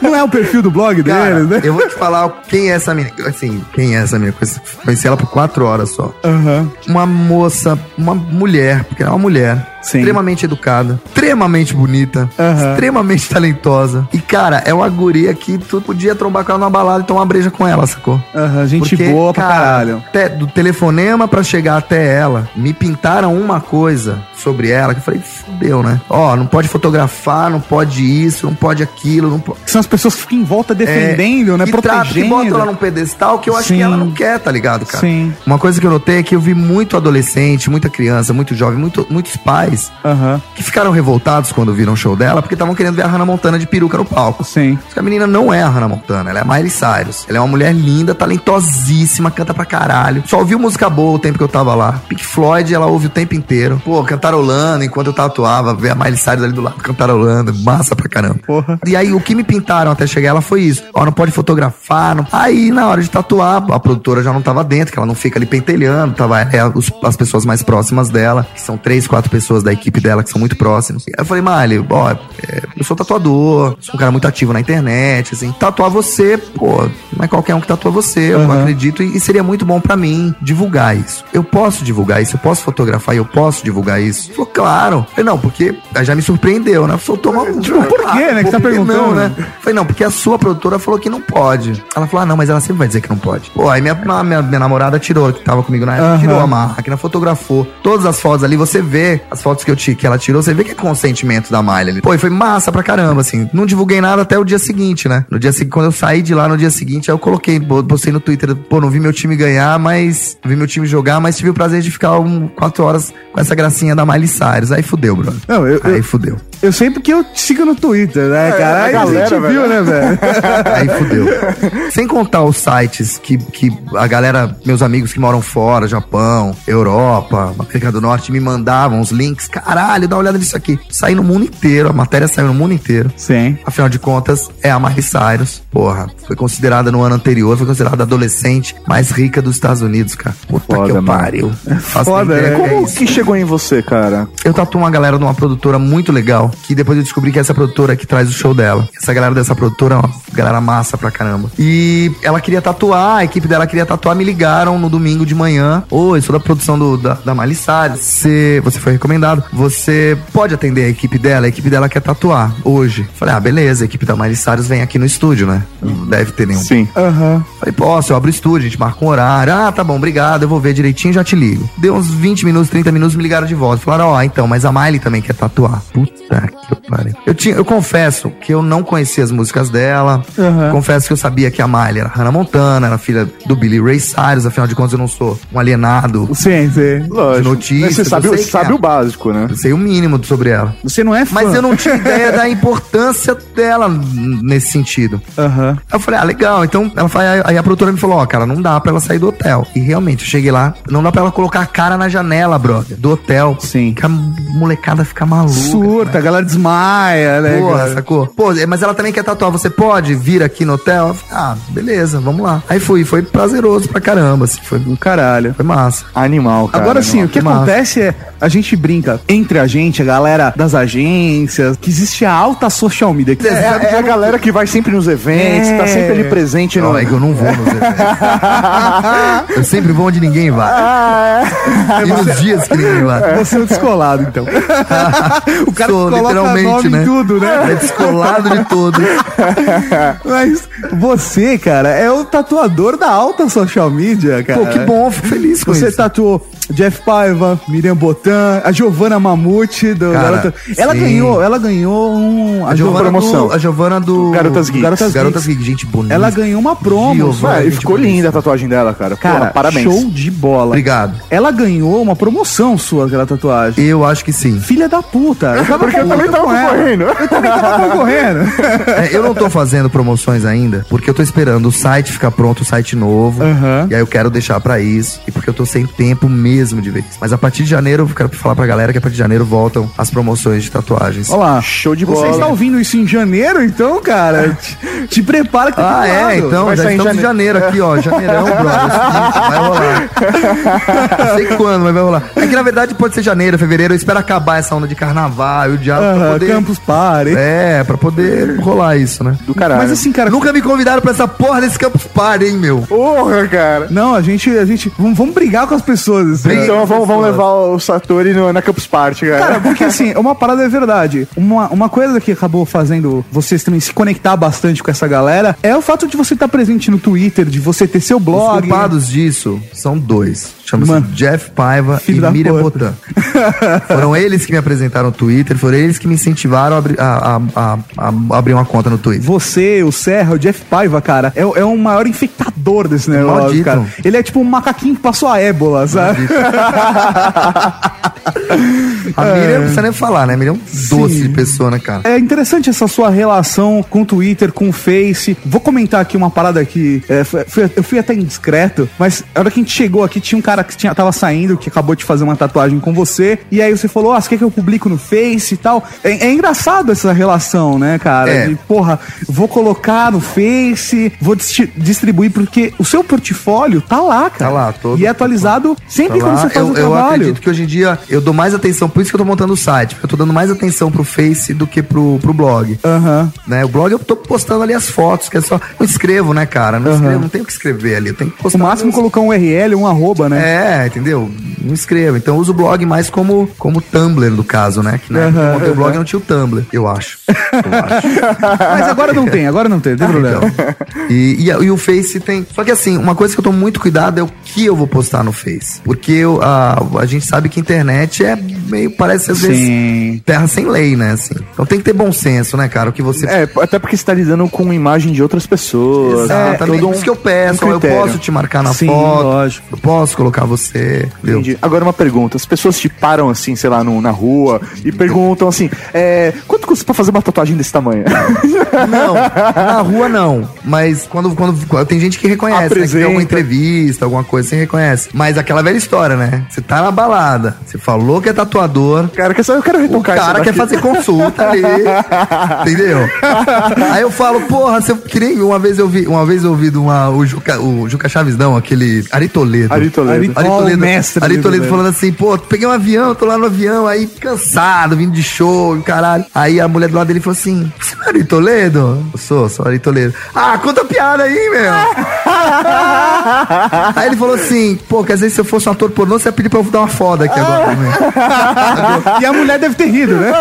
S2: Não é o perfil do blog
S3: Cara,
S2: deles, né?
S3: eu vou te falar quem é essa menina. Assim, quem é essa menina? Conheci- Conheci ela por quatro horas só.
S2: Aham.
S3: Uma moça, uma mulher, porque ela é uma mulher, extremamente educada, extremamente bonita, extremamente talentosa. E, cara, é uma guria que tu podia trombar com ela numa balada e tomar breja com ela, sacou?
S2: Aham, gente
S3: Porque,
S2: boa pra
S3: cara,
S2: caralho.
S3: até- do telefonema pra chegar até ela, me pintaram uma coisa sobre ela que eu falei, fudeu, né? Ó, não pode fotografar, não pode isso, não pode aquilo, não pode.
S2: São as pessoas que ficam em volta defendendo, né?
S3: é, que
S2: protegendo.
S3: trata, que bota ela num pedestal que eu acho
S2: Sim.
S3: que ela não quer, tá ligado, cara?
S2: Sim.
S3: Uma coisa que eu notei é que eu vi muito adolescente, muita criança, muito jovem, muito- muitos pais
S2: Aham,
S3: que ficaram revoltados quando viram o show dela, porque estavam querendo ver a Hannah Montana de peruca no palco.
S2: sim.
S3: Porque a menina não é a Hannah Montana, ela é a Miley Cyrus. Ela é uma mulher linda, talentosíssima, canta pra caralho. Só ouviu música boa o tempo que eu tava lá. Pink Floyd, ela ouve o tempo inteiro. Pô, cantarolando enquanto eu tatuava, ver a Miley Cyrus ali do lado cantarolando, massa pra caramba.
S2: Porra.
S3: E aí, o que me pintaram até chegar ela foi isso. Ó, não pode fotografar. Não... Aí, na hora de tatuar, a produtora já não tava dentro, que ela não fica ali pentelhando. Tava é, os- as pessoas mais próximas dela, que são três, quatro pessoas da equipe dela que são muito próximas. Aí eu falei, Mali, ó, é, eu sou tatuador, sou um cara muito ativo na internet, assim. Tatuar você, pô, não é qualquer um que tatua você, eu acredito. E, e seria muito bom pra mim divulgar isso. Eu posso divulgar isso, eu posso fotografar e eu posso divulgar isso. Falou, claro. Eu falei, não, porque aí já me surpreendeu, né? Soltou uma.
S2: por quê, né, que tá
S3: Por que não,
S2: perguntando?
S3: né? Falei, não, porque a sua produtora falou que não pode. Ela falou, ah, não, mas ela sempre vai dizer que não pode. Pô, aí minha, a minha, minha namorada tirou, que tava comigo na época, tirou a máquina, fotografou todas as fotos ali. Você vê as fotos que eu tive, que ela tirou, você vê que é consentimento da malha ali. Pô, e foi massa pra caramba, assim. Não divulguei nada até o dia seguinte, né? No dia seguinte, quando eu saí de lá, no dia seguinte, aí eu coloquei, bo- postei no Twitter, pô, não vi meu time ganhar, mas. Vi meu time jogar, mas tive o prazer de ficar um, quatro horas com essa gracinha da Miley Cyrus. Aí fudeu, brother.
S2: Não, eu,
S3: Aí
S2: eu,
S3: fudeu.
S2: eu sei porque eu te sigo no Twitter, né, cara? Aí a gente viu, né, velho?
S3: Aí fudeu. Sem contar os sites que, que a galera, meus amigos que moram fora, Japão, Europa, América do Norte, me mandavam os links. Caralho, dá uma olhada nisso aqui. Saiu no mundo inteiro, a matéria saiu no mundo inteiro.
S2: Sim.
S3: Afinal de contas, é a Miley Cyrus. Porra, foi considerada no ano anterior, foi considerada a adolescente mais rica dos Estados Unidos, cara. Puta
S9: Foda,
S3: que eu
S9: mano.
S3: pariu. Faço
S9: Foda,
S3: ideia
S9: né?
S3: que é
S9: Como
S3: isso.
S9: que chegou em você, cara?
S3: Eu tatuo uma galera numa produtora muito legal, que depois eu descobri que é essa produtora que traz o show dela. Essa galera dessa produtora é uma galera massa pra caramba. E ela queria tatuar, a equipe dela queria tatuar, me ligaram no domingo de manhã. Oi, sou da produção do, da, da Miley Cyrus. Você, você foi recomendado. Você pode atender a equipe dela? A equipe dela quer tatuar hoje. Falei, ah, beleza, a equipe da Miley Cyrus vem aqui no estúdio, né? Não deve ter nenhum
S9: Sim.
S3: Falei, posso, eu abro o estúdio, a gente marca um horário. Ah, tá bom, obrigado, eu vou ver direitinho e já te ligo. Deu uns 20 minutos, 30 minutos, me ligaram de volta. Falaram, ó, então, mas a Miley também quer tatuar. Puta que pariu. Eu, tinha, eu confesso que eu não conhecia as músicas dela. Confesso que eu sabia que a Miley era Hannah Montana, era filha do Billy Ray Cyrus. Afinal de contas, eu não sou um alienado.
S2: Sim, sim.
S9: Lógico.
S3: notícias,
S9: Mas você sabe,
S3: eu sei
S9: você
S3: que
S9: sabe
S3: é.
S9: o básico, né?
S3: Eu sei o mínimo sobre ela.
S2: Você não é fã.
S3: Mas eu não tinha ideia da importância dela n- nesse sentido.
S2: Aham.
S3: Aí eu falei, ah, legal. Então, ela fala, aí- aí a produtora me falou, ó, cara, não dá pra ela sair do hotel. E realmente, eu cheguei lá, não dá pra ela colocar a cara na janela, brother, do hotel.
S2: Sim.
S3: Que a molecada fica maluca.
S2: Surta, a galera desmaia, né?
S3: Porra,
S2: cara?
S3: sacou? Pô, é, mas ela também quer tatuar. Você pode vir aqui no hotel? Eu falei, ah, beleza, vamos lá. Aí fui, foi prazeroso pra caramba, assim, foi,
S2: Um caralho.
S3: foi massa.
S9: Animal, cara.
S2: Agora sim,
S9: animal.
S2: o que
S3: que massa.
S2: acontece é a gente brinca entre a gente, a galera das agências, que existe a alta social media. Que
S9: É, é a galera que vai sempre nos eventos,
S2: É.
S9: tá sempre ali presente no.
S3: Não, é que eu não vou nos
S2: (laughs)
S3: eventos. eu sempre vou onde ninguém vai.
S2: Ah, é.
S3: E nos dias que ninguém vai.
S2: Você é o descolado, então. (laughs) o cara
S3: Sou,
S2: que coloca
S3: literalmente,
S2: nome
S3: né?
S2: em tudo,
S3: É
S2: né?
S3: descolado de todos.
S2: Mas você, cara, é o tatuador da alta social media, cara.
S3: Pô, que bom, fico feliz com
S2: Você tá
S3: isso.
S2: tatuou Jeff Paiva, Miriam Botan, a Giovana Mamute. Do,
S3: Cara,
S2: garota- ela
S3: sim.
S2: ganhou, ela ganhou um.
S3: A Giovana
S9: promoção.
S3: do, a Giovana do
S9: Garotas Geeks.
S3: Garotas,
S2: Garotas
S3: Geeks, gente bonita.
S2: Ela ganhou uma promo.
S3: Giovana.
S9: Ah, e
S3: gente
S9: ficou
S3: bonita.
S9: linda a tatuagem dela, cara. Pô,
S2: Cara,
S9: parabéns.
S2: show de bola.
S3: Obrigado.
S2: Ela ganhou uma promoção sua, aquela tatuagem.
S3: Eu acho que sim.
S2: Filha da puta. Eu tava
S9: Porque eu também
S2: puta
S9: tava
S2: com ela.
S9: concorrendo.
S2: Tava
S3: (laughs)
S2: concorrendo.
S3: É, eu não tô fazendo promoções ainda, porque eu tô esperando o site ficar pronto, o site novo.
S2: Aham.
S3: E aí eu quero deixar pra isso. E porque eu tô sem tempo mesmo de ver isso. Mas a partir de janeiro, eu quero falar pra galera que a partir de janeiro voltam as promoções de tatuagens.
S2: Olha lá.
S9: Show de
S2: Tipo, Você
S9: bola.
S2: está ouvindo isso em janeiro, então, cara? Te, te prepara que tá
S3: Ah,
S2: do lado.
S3: é, então,
S9: Vai
S3: já
S9: sair em
S3: estamos em janeiro aqui, ó. Janeirão, brother. É o seguinte, Vai rolar. Não sei quando, mas vai rolar. É que na verdade pode ser janeiro, fevereiro. Eu espero acabar essa onda de carnaval e o diabo pra
S2: Aham,
S3: poder.
S2: Campus Party.
S3: É, pra poder rolar isso, né?
S9: Do caralho.
S2: Mas assim, cara,
S3: Nunca me convidaram pra essa porra desse Campus Party, hein, meu?
S9: Porra, cara.
S2: não, a gente, a gente, vamos, vamos brigar com as pessoas. assim.
S3: Nossa.
S9: Então vamos, vamos levar o Satori no- na Campus Party, cara.
S2: Cara, porque assim, uma parada é verdade. Uma, uma coisa que acabou fazendo vocês também se conectar bastante com essa galera é o fato de você estar presente no Twitter, de você ter seu
S3: Os
S2: blog. né?
S3: culpados disso são dois. Chama-se
S2: Mano.
S3: Jeff Paiva
S2: Filho da
S3: e Miriam
S2: puta.
S3: Botan. foram eles que me apresentaram o Twitter, foram eles que me incentivaram a, abrir- a- a- a- a abrir uma conta no Twitter.
S2: Você, o Serra, o Jeff Paiva, cara, é, o- é o maior infectador desse negócio,
S3: Maldito.
S2: cara. Ele é tipo um macaquinho que passou a ébola, sabe? (laughs)
S3: A Miriam não precisa nem falar, né? Miriam é um doce de pessoa, né, cara?
S2: É interessante essa sua relação com o Twitter, com o Face. Vou comentar aqui uma parada que é, foi- foi- eu fui até indiscreto, mas na hora que a gente chegou aqui, tinha um cara que tinha, tava saindo, que acabou de fazer uma tatuagem com você, e aí você falou, ah, você quer que eu publico no Face e tal? É, é engraçado essa relação, né, cara?
S3: É.
S2: De, porra, vou colocar no Face, vou distri- distribuir, porque o seu portfólio tá lá, cara.
S3: Tá lá, todo-
S2: E é atualizado sempre
S3: Tá
S2: quando
S3: lá.
S2: você faz
S3: eu,
S2: o
S3: eu
S2: trabalho.
S3: acredito que hoje em dia eu dou mais atenção, por isso que eu tô montando o site, porque eu tô dando mais atenção pro Face do que pro, pro blog.
S2: Aham.
S3: Né? O blog eu tô postando ali as fotos, que é só. Não escrevo, né, cara? Não escrevo, não tenho o que escrever ali. Eu tenho que
S2: O
S3: postar.
S2: máximo
S3: meus-
S2: colocar um URL, um arroba, né?
S3: É, entendeu? Não escrevo. Então eu uso o blog mais como, como Tumblr, do caso, né? Que na época que eu montei o blog não tinha o Tumblr, eu acho.
S2: Mas agora não tem, agora não tem,
S9: Tá,
S2: não tem problema.
S3: Ah, Então, e, e, a- e o Face tem. Só que assim, uma coisa que eu tô muito cuidado é o que eu vou postar no Face. Porque eu- a, a gente sabe que a internet é meio, parece às vezes, terra sem lei, né? Assim. Então tem que ter bom senso, né, cara? O que você.
S9: É, até porque você tá lidando com imagem de outras pessoas.
S3: Exatamente.
S9: É, todo
S3: Por
S9: um-
S3: Tá isso que eu peço,
S9: um
S3: ó, eu
S9: critério.
S3: posso te marcar na
S2: Sim,
S3: foto,
S2: lógico.
S3: eu posso colocar você, entendeu?
S9: Entendi. Agora uma pergunta, as pessoas te param assim, sei lá, no- na rua e perguntam assim, é, quanto custa pra fazer uma tatuagem desse tamanho? (laughs)
S3: Não, na rua não. Mas quando, quando, quando- tem gente que reconhece, né? Que tem alguma
S9: Apresenta.
S3: entrevista, alguma coisa, você reconhece. Mas aquela velha história, né? Você tá na balada, você falou que é tatuador.
S9: Cara, quer saber? Eu quero
S3: O
S9: retocar
S3: cara
S9: isso tá
S3: quer
S9: daqui.
S3: fazer
S2: (laughs)
S3: consulta ali. entendeu? Aí eu falo, porra, você queria. Uma vez eu vi, uma vez eu ouvi de uma, o, Juca, o Juca Chaves, não, aquele. Aritoledo.
S9: Ari Toledo.
S2: Ari-
S3: Ari
S2: Ó, o
S3: Toledo,
S2: mestre
S3: Ari
S2: do
S3: Toledo
S2: governo.
S3: falando assim, pô, peguei um avião, tô lá no avião, aí cansado, vindo de show, e o caralho. Aí a mulher do lado dele falou assim, você não é Ari Toledo? Eu sou, sou Ari Toledo. Ah, conta a piada aí,
S2: (laughs)
S3: meu. aí ele falou assim, pô, quer dizer, se eu fosse um ator pornô, você ia pedir pra eu dar uma foda aqui agora também.
S2: E a mulher deve ter rido, né?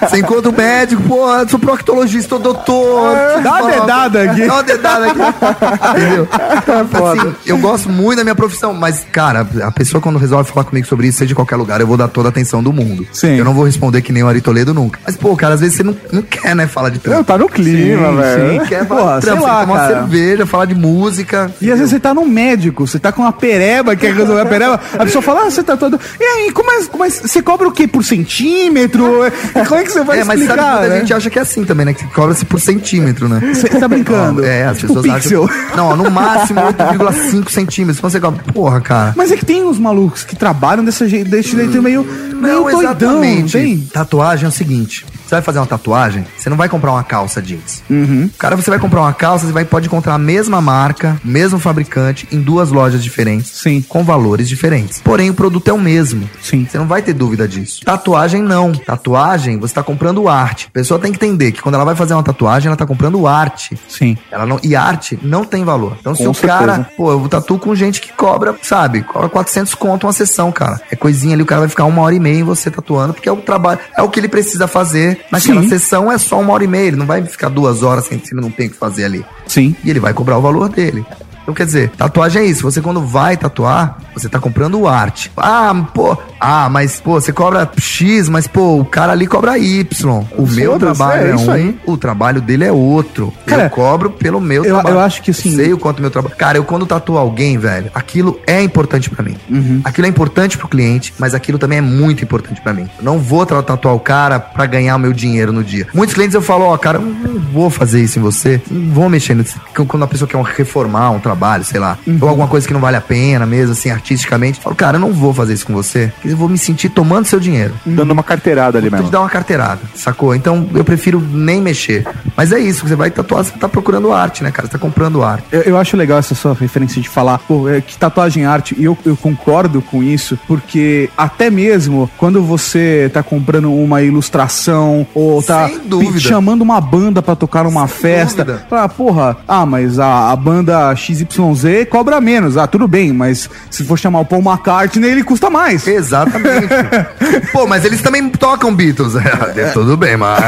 S3: Você encontra o médico, pô, eu sou proctologista, sou doutor.
S2: É. Dá uma dedada aqui. É
S3: Dá uma dedada aqui.
S2: (laughs)
S3: Entendeu? Assim, eu gosto muito da minha profissão, mas, cara, a pessoa quando resolve falar comigo sobre isso, seja de qualquer lugar, eu vou dar toda a atenção do mundo.
S2: Sim.
S3: Eu não vou responder que nem o Ari Toledo nunca. Mas, pô, cara, às vezes você não, (laughs) não quer, né, falar de
S9: Não,
S3: trampo.
S9: tá no clima,
S2: Sim,
S9: velho.
S2: sim.
S3: Quer
S2: Porra,
S3: falar de
S2: sei
S3: trampo, você
S2: lá,
S3: tomar uma
S2: cara.
S3: cerveja, falar de música.
S2: E às vezes você tá num médico, você tá com uma pereba, quer resolver a pereba, a pessoa fala, ah, você tá todo. E aí, como é, como é- você cobra o quê? Por centímetro? E Como é que você vai
S3: É, mas sabe
S2: explicar?
S3: que muita
S2: né?
S3: gente acha que é assim também, né? Que cobra-se por centímetro, né?
S2: Você tá brincando.
S3: É, as
S2: Tipo
S3: pessoas
S2: pixel.
S3: acham. Não, no máximo 8,5 centímetros. Quando você cobra. Porra, cara.
S2: Mas é que tem uns malucos que trabalham desse jeito, desse jeito meio, meio doidão, não tem?
S3: Tatuagem é o seguinte: você vai fazer uma tatuagem, você não vai comprar uma calça jeans.
S2: Uhum.
S3: Cara, você vai comprar uma calça, você vai, pode encontrar a mesma marca, mesmo fabricante, em duas lojas diferentes.
S2: Sim.
S3: Com valores diferentes. Porém, o produto é o mesmo.
S2: Sim.
S3: Você não vai ter dúvida disso. Tatuagem, não. Tatuagem, você tá comprando arte. A pessoa tem que entender que quando ela vai fazer uma tatuagem, ela tá comprando arte.
S2: Sim.
S3: Ela não, e arte não tem valor. Então, se
S9: Com
S3: o cara, pô, eu tatuo com gente que cobra, sabe, cobra 400 conto uma sessão, cara. É coisinha ali, o cara vai ficar uma hora e meia em você tatuando, porque é o trabalho, é o que ele precisa fazer naquela
S2: Sim.
S3: sessão, é só uma hora e meia. Ele não vai ficar duas horas sem se ele não tem o que fazer ali.
S2: Sim.
S3: E ele vai cobrar o valor dele. Então, quer dizer, tatuagem é isso. Você, quando vai tatuar, você tá comprando arte. Ah, pô. Ah, mas, pô, você cobra X, mas, pô, o cara ali cobra Y. O meu
S9: Foda-se,
S3: trabalho
S9: é
S3: é,
S9: isso
S3: um,
S9: aí.
S3: o trabalho dele é outro.
S2: Cara,
S3: eu cobro pelo meu
S2: eu-
S3: trabalho.
S2: eu acho que, assim,
S3: Sei o quanto meu trabalho. Cara, eu quando tatuo alguém, velho, aquilo é importante pra mim.
S2: Uhum.
S3: Aquilo é importante pro cliente, mas aquilo também é muito importante pra mim. Eu não vou tra- tatuar o cara pra ganhar o meu dinheiro no dia. Muitos clientes eu falo, ó, cara, eu não vou fazer isso em você, não vou mexer nisso. Qu- Quando a pessoa quer reformar um trabalho, sei lá,
S2: Uhum.
S3: ou alguma coisa que não vale a pena mesmo, assim, artisticamente, eu falo, cara, eu não vou fazer isso com você, porque eu vou me sentir tomando seu dinheiro
S9: Dando uma carteirada ali
S3: tu
S9: mesmo.
S3: te dá uma carteirada, sacou? Então eu prefiro nem mexer. Mas é isso, você vai tatuar, você tá procurando arte, né, cara? Você tá comprando arte.
S2: Eu, eu acho legal essa sua referência de falar pô, é, que tatuagem é arte, e eu, eu concordo com isso, porque até mesmo quando você tá comprando uma ilustração ou tá
S3: Sem dúvida.
S2: pe- chamando uma banda pra tocar numa festa,
S3: dúvida.
S2: fala, porra, ah, mas a, a banda XYZ XYZ cobra menos. Ah, tudo bem, mas se for chamar o Paul McCartney, ele custa mais.
S3: Exatamente. (laughs) Pô, mas eles também tocam Beatles. É, Tudo bem, mas.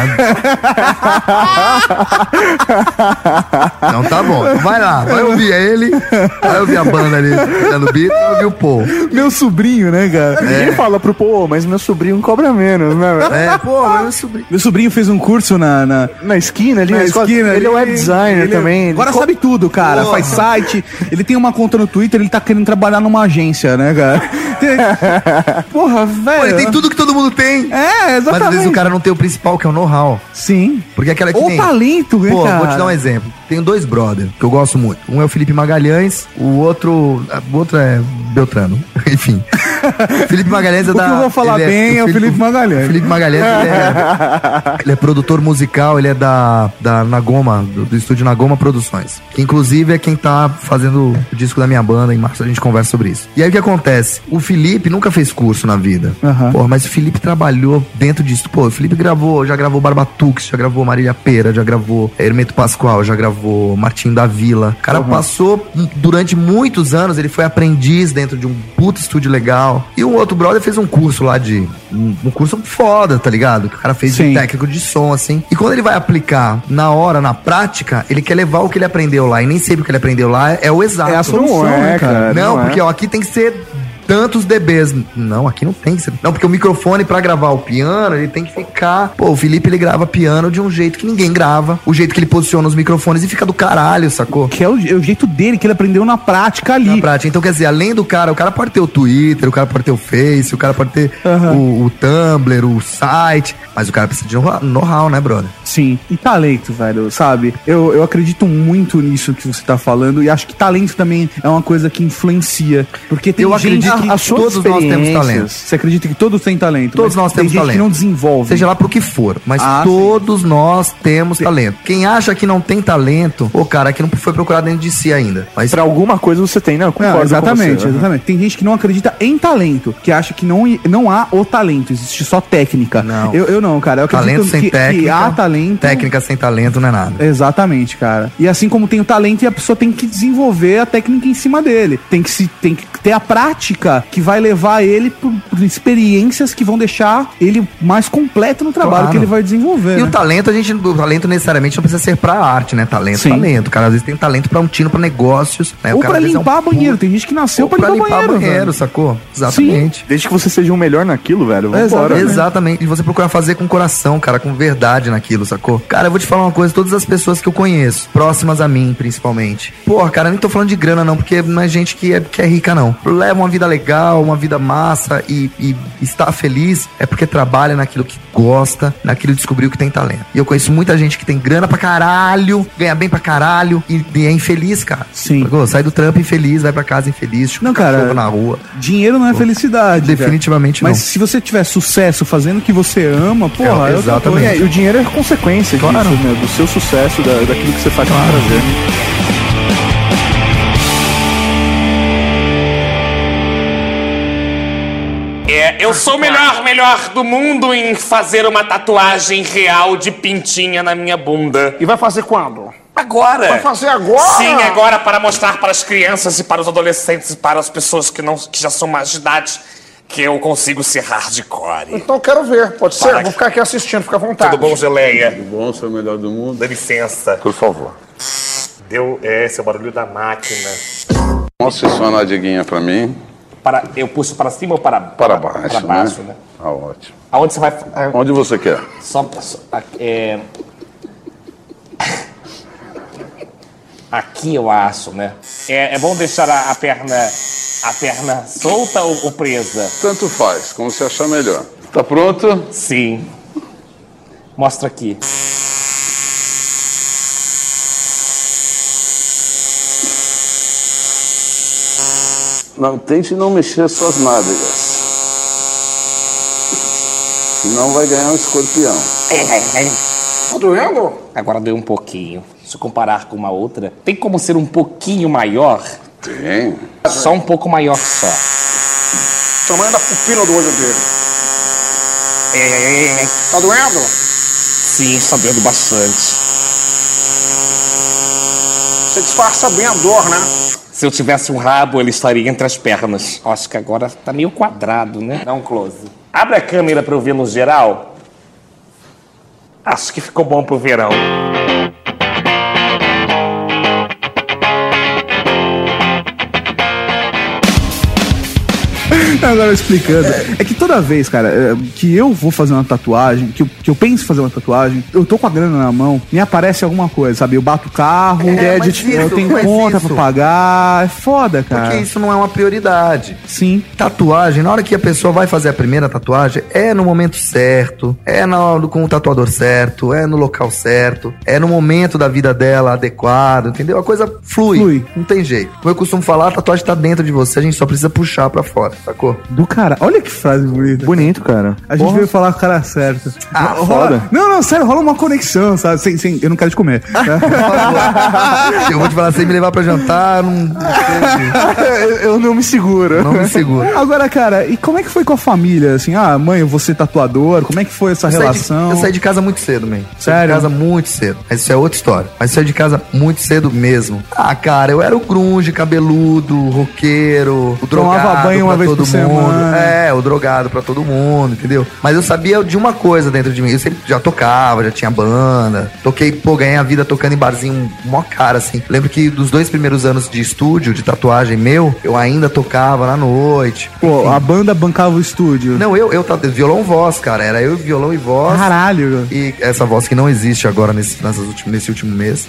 S3: Então tá bom. Vai lá, vai ouvir ele, vai ouvir a banda ali dando Beatles, vai ouvir o Paul.
S9: Meu sobrinho, né, cara?
S2: É.
S9: Ninguém fala pro pô, mas meu sobrinho cobra menos, né? velho?
S2: (laughs)
S3: É, pô, meu sobrinho.
S2: Meu sobrinho fez um curso na. na...
S9: Na esquina ali,
S2: na
S9: na escola,
S2: esquina
S9: ele é
S2: ali,
S9: web designer
S2: ele-
S9: também. ele
S2: Agora
S9: co-
S2: sabe tudo, cara.
S3: Porra.
S2: Faz site. Ele tem uma conta no Twitter, ele tá querendo trabalhar numa agência, né, cara? (laughs) Tem- Porra, velho.
S3: Pô, ele tem tudo que todo mundo
S2: É,
S3: tem. Mas
S2: exatamente.
S3: às vezes o cara não tem o principal, que é o know-how.
S2: Sim.
S3: Porque é aquela que
S2: Ou
S3: nem-
S2: talento, né,
S3: Pô,
S2: cara?
S3: vou te dar um exemplo. Tenho dois brother que eu gosto muito. Um é o Felipe Magalhães, o outro. O outro é Beltrano. (laughs)
S2: (laughs)
S3: Enfim. Felipe Magalhães é
S2: O que
S3: da.
S2: eu vou falar
S3: ele
S2: bem é o Felipe Magalhães.
S3: Felipe Magalhães,
S2: (laughs)
S3: ele é, ele é produtor musical, ele é da, da Nagoma, do, do estúdio Nagoma Produções. Que inclusive é quem tá fazendo o disco da minha banda, em março a gente conversa sobre isso. E aí o que acontece? O Felipe nunca fez curso na vida.
S2: Aham.
S3: Pô, mas o Felipe trabalhou dentro disso. Pô, o Felipe gravou, já gravou Barbatux, já gravou Marília Pera, já gravou Hermeto Pascoal, já gravou Martim da Vila. O cara passou hum, durante muitos anos, ele foi aprendiz dentro de um puto estúdio legal. E um outro brother fez um curso lá de. Um, um curso foda, tá ligado? Que O cara fez de
S2: Sim.
S3: técnico de som, assim. E quando ele vai aplicar na hora, na prática, ele quer levar o que ele aprendeu lá. E nem sempre o que ele aprendeu lá é o exato.
S2: É a solução,
S9: Não é,
S2: né, cara?
S9: cara?
S3: Não,
S9: Não é.
S3: porque ó, aqui tem que ser tantos dBs. Não, aqui não tem que ser. Não, porque o microfone pra gravar o piano, ele tem que ficar. Pô, o Felipe ele grava piano de um jeito que ninguém grava, o jeito que ele posiciona os microfones e fica do caralho, sacou?
S2: Que é o, é o jeito dele, que ele aprendeu na prática ali.
S3: Na prática. Então, quer dizer, além do cara, o cara pode ter o Twitter, o cara pode ter o Face, o cara pode ter o, o Tumblr, o site, mas o cara precisa de know- know-how, né, brother?
S2: Sim, e talento, velho, sabe? Eu, eu acredito muito nisso que você tá falando e acho que talento também é uma coisa que influencia. Porque tem
S3: Eu
S2: gente
S3: acredito que
S2: as suas
S3: todos nós temos
S2: experiências-
S3: talento.
S2: Você acredita que todos têm talento?
S3: Todos
S2: mas
S3: nós
S2: tem
S3: temos
S2: gente
S3: talento.
S2: que não desenvolve.
S3: Seja lá pro que for, mas
S2: Ah,
S3: todos nós temos talento. Quem acha que não tem talento, o cara que não foi procurado dentro de si ainda. Mas
S9: Pra alguma coisa você né? tem, não, eu
S2: Não,
S9: concordo
S2: exatamente,
S9: com você.
S2: exatamente. Tem gente que não acredita em talento, que acha que não, não há o talento, existe só técnica.
S3: Não.
S2: Eu, eu não, cara. Eu acredito
S3: Talento sem
S2: que, que
S3: técnica.
S2: há talento.
S3: Técnica sem talento não é nada.
S2: Exatamente, cara. E assim como tem o talento, e a pessoa tem que desenvolver a técnica em cima dele. Tem que, se, tem que ter a prática que vai levar ele por, por experiências que vão deixar ele mais completo no trabalho
S3: Claro.
S2: que ele vai desenvolver.
S3: E o
S2: né?
S3: talento, a gente, o talento necessariamente não precisa ser pra arte, né? Talento,
S2: Sim.
S3: talento. O cara às vezes tem talento pra um tino, pra negócios. Né? O
S2: Ou
S3: cara,
S2: pra
S3: às vezes, é um
S2: limpar
S3: puto-
S2: banheiro. Tem gente que nasceu
S3: Ou
S2: pra, limpar, banheiro. velho.
S3: sacou? Exatamente.
S9: Desde que você seja o melhor naquilo, velho, vambora.
S2: Exatamente.
S9: né?
S3: Exatamente. E você procurar fazer com coração, cara, com verdade naquilo, sacou? Cara, eu vou te falar uma coisa, todas as pessoas que eu conheço, próximas a mim, principalmente. Porra, cara, nem tô falando de grana, não, porque não é gente que é, que é rica, não. Leva uma vida legal, uma vida massa e, e está feliz é porque trabalha naquilo que gosta, naquilo que descobriu que tem talento. E eu conheço muita gente que tem grana pra caralho, ganha bem pra caralho e, e é infeliz, cara.
S2: Sim.
S3: Sacou? Sai do trampo infeliz, vai pra casa infeliz, chupa
S2: Não, cara.
S3: cachorro na rua.
S2: Dinheiro não é felicidade. cara.
S3: Definitivamente
S2: Mas
S3: não.
S2: se você tiver sucesso fazendo o que você ama, porra,
S3: É,
S2: é outra
S3: exatamente.
S2: coisa.
S9: É, e o dinheiro é consequência
S3: Claro.
S9: disso, né? Do seu sucesso, da- daquilo que você faz com prazer.
S12: É, eu sou o melhor, melhor do mundo em fazer uma tatuagem real de pintinha na minha bunda.
S13: E vai fazer quando?
S12: Agora!
S13: Vai fazer agora?
S12: Sim, agora para mostrar para as crianças e para os adolescentes e para as pessoas que, não, que já são mais de idade que eu consigo ser hardcore.
S13: Então eu quero ver, pode ser?
S12: Para.
S13: Vou ficar aqui assistindo, fica à vontade.
S12: Tudo bom, Geleia?
S7: Bom, seu melhor do mundo.
S12: Dá licença.
S13: Por favor.
S12: Deu, é, esse é o barulho da máquina.
S7: Mostra sua nadiguinha pra mim.
S12: Para, eu puxo para cima ou para baixo?
S7: Para baixo,
S12: Para baixo, né?
S7: Tá ótimo.
S12: Aonde você vai... ah,
S7: Onde você quer?
S12: Só, só aqui, é... aqui eu acho, né? É, é bom deixar a, a perna a perna solta ou, ou presa?
S7: Tanto faz, como você achar melhor. Tá pronto?
S12: Sim. Mostra aqui.
S7: Não, tente não mexer suas nádegas. Senão vai ganhar um escorpião.
S13: Tá doendo?
S12: É, Agora deu um pouquinho. Se eu comparar com uma outra, tem como ser um pouquinho maior?
S7: Tem.
S12: Só um pouco maior só.
S13: Tamanho da pupila do olho dele.
S12: É, é, é, é.
S13: Tá doendo?
S12: Sim, está doendo bastante.
S13: Você disfarça bem a dor, né?
S12: Se eu tivesse um rabo, ele estaria entre as pernas. Acho que agora tá meio quadrado, né? Dá um close. Abre a câmera pra eu ver no geral. Acho que ficou bom pro verão.
S2: (laughs) Agora explicando. É que toda vez, cara, é, que eu vou fazer uma tatuagem, que eu, que eu penso em fazer uma tatuagem, eu tô com a grana na mão, me aparece alguma coisa, sabe? Eu bato o carro,
S3: É, mas
S2: edit, eu
S3: isso,
S2: tenho
S3: mas
S2: conta
S3: isso.
S2: pra pagar. É foda, cara.
S3: Porque isso não é uma prioridade.
S2: Sim.
S3: Tatuagem, na hora que a pessoa vai fazer a primeira tatuagem, é no momento certo, é na- com o tatuador certo, é no local certo, é no momento da vida dela adequado, entendeu? A coisa flui. Não tem jeito. Como eu costumo falar, a tatuagem tá dentro de você, a gente só precisa puxar pra fora, sacou?
S2: Do cara. Olha que frase bonita.
S9: Bonito, cara.
S2: A gente veio falar com o cara certo.
S3: Ah,
S2: rola...
S3: foda.
S2: Não, não, sério, rola uma conexão, sabe? Sem, sem... Eu não quero te (laughs) comer.
S3: eu vou te falar, sem me levar pra jantar, não.
S9: eu não me seguro.
S3: Não me seguro.
S2: Agora, cara, e como é que foi com a família? Assim, ah, mãe, eu vou ser tatuador. Como é que foi essa
S3: Eu saí de-
S2: relação?
S3: eu saí de casa muito cedo, man.
S2: Sério?
S3: Saí de casa muito cedo. Mas isso é outra história. Mas saí de casa muito cedo mesmo. Ah, cara, eu era o grunge, cabeludo, roqueiro, o drogado
S2: Tomava banho
S3: pra
S2: uma vez
S3: todo
S2: por
S3: mundo.
S2: semana.
S3: É, o drogado pra todo mundo, entendeu? Mas eu sabia de uma coisa dentro de mim. Eu sempre já tocava, já tinha banda. Toquei, pô, ganhei a vida tocando em barzinho mó cara, assim. Lembro que dos dois primeiros anos de estúdio, de tatuagem meu, eu ainda tocava na noite.
S2: Pô, a banda bancava o estúdio.
S3: Não, eu, eu tava violão e voz, cara. Era eu, violão e voz.
S2: Caralho.
S3: E essa voz que não existe agora nesse, nessas últim- nesse último mês.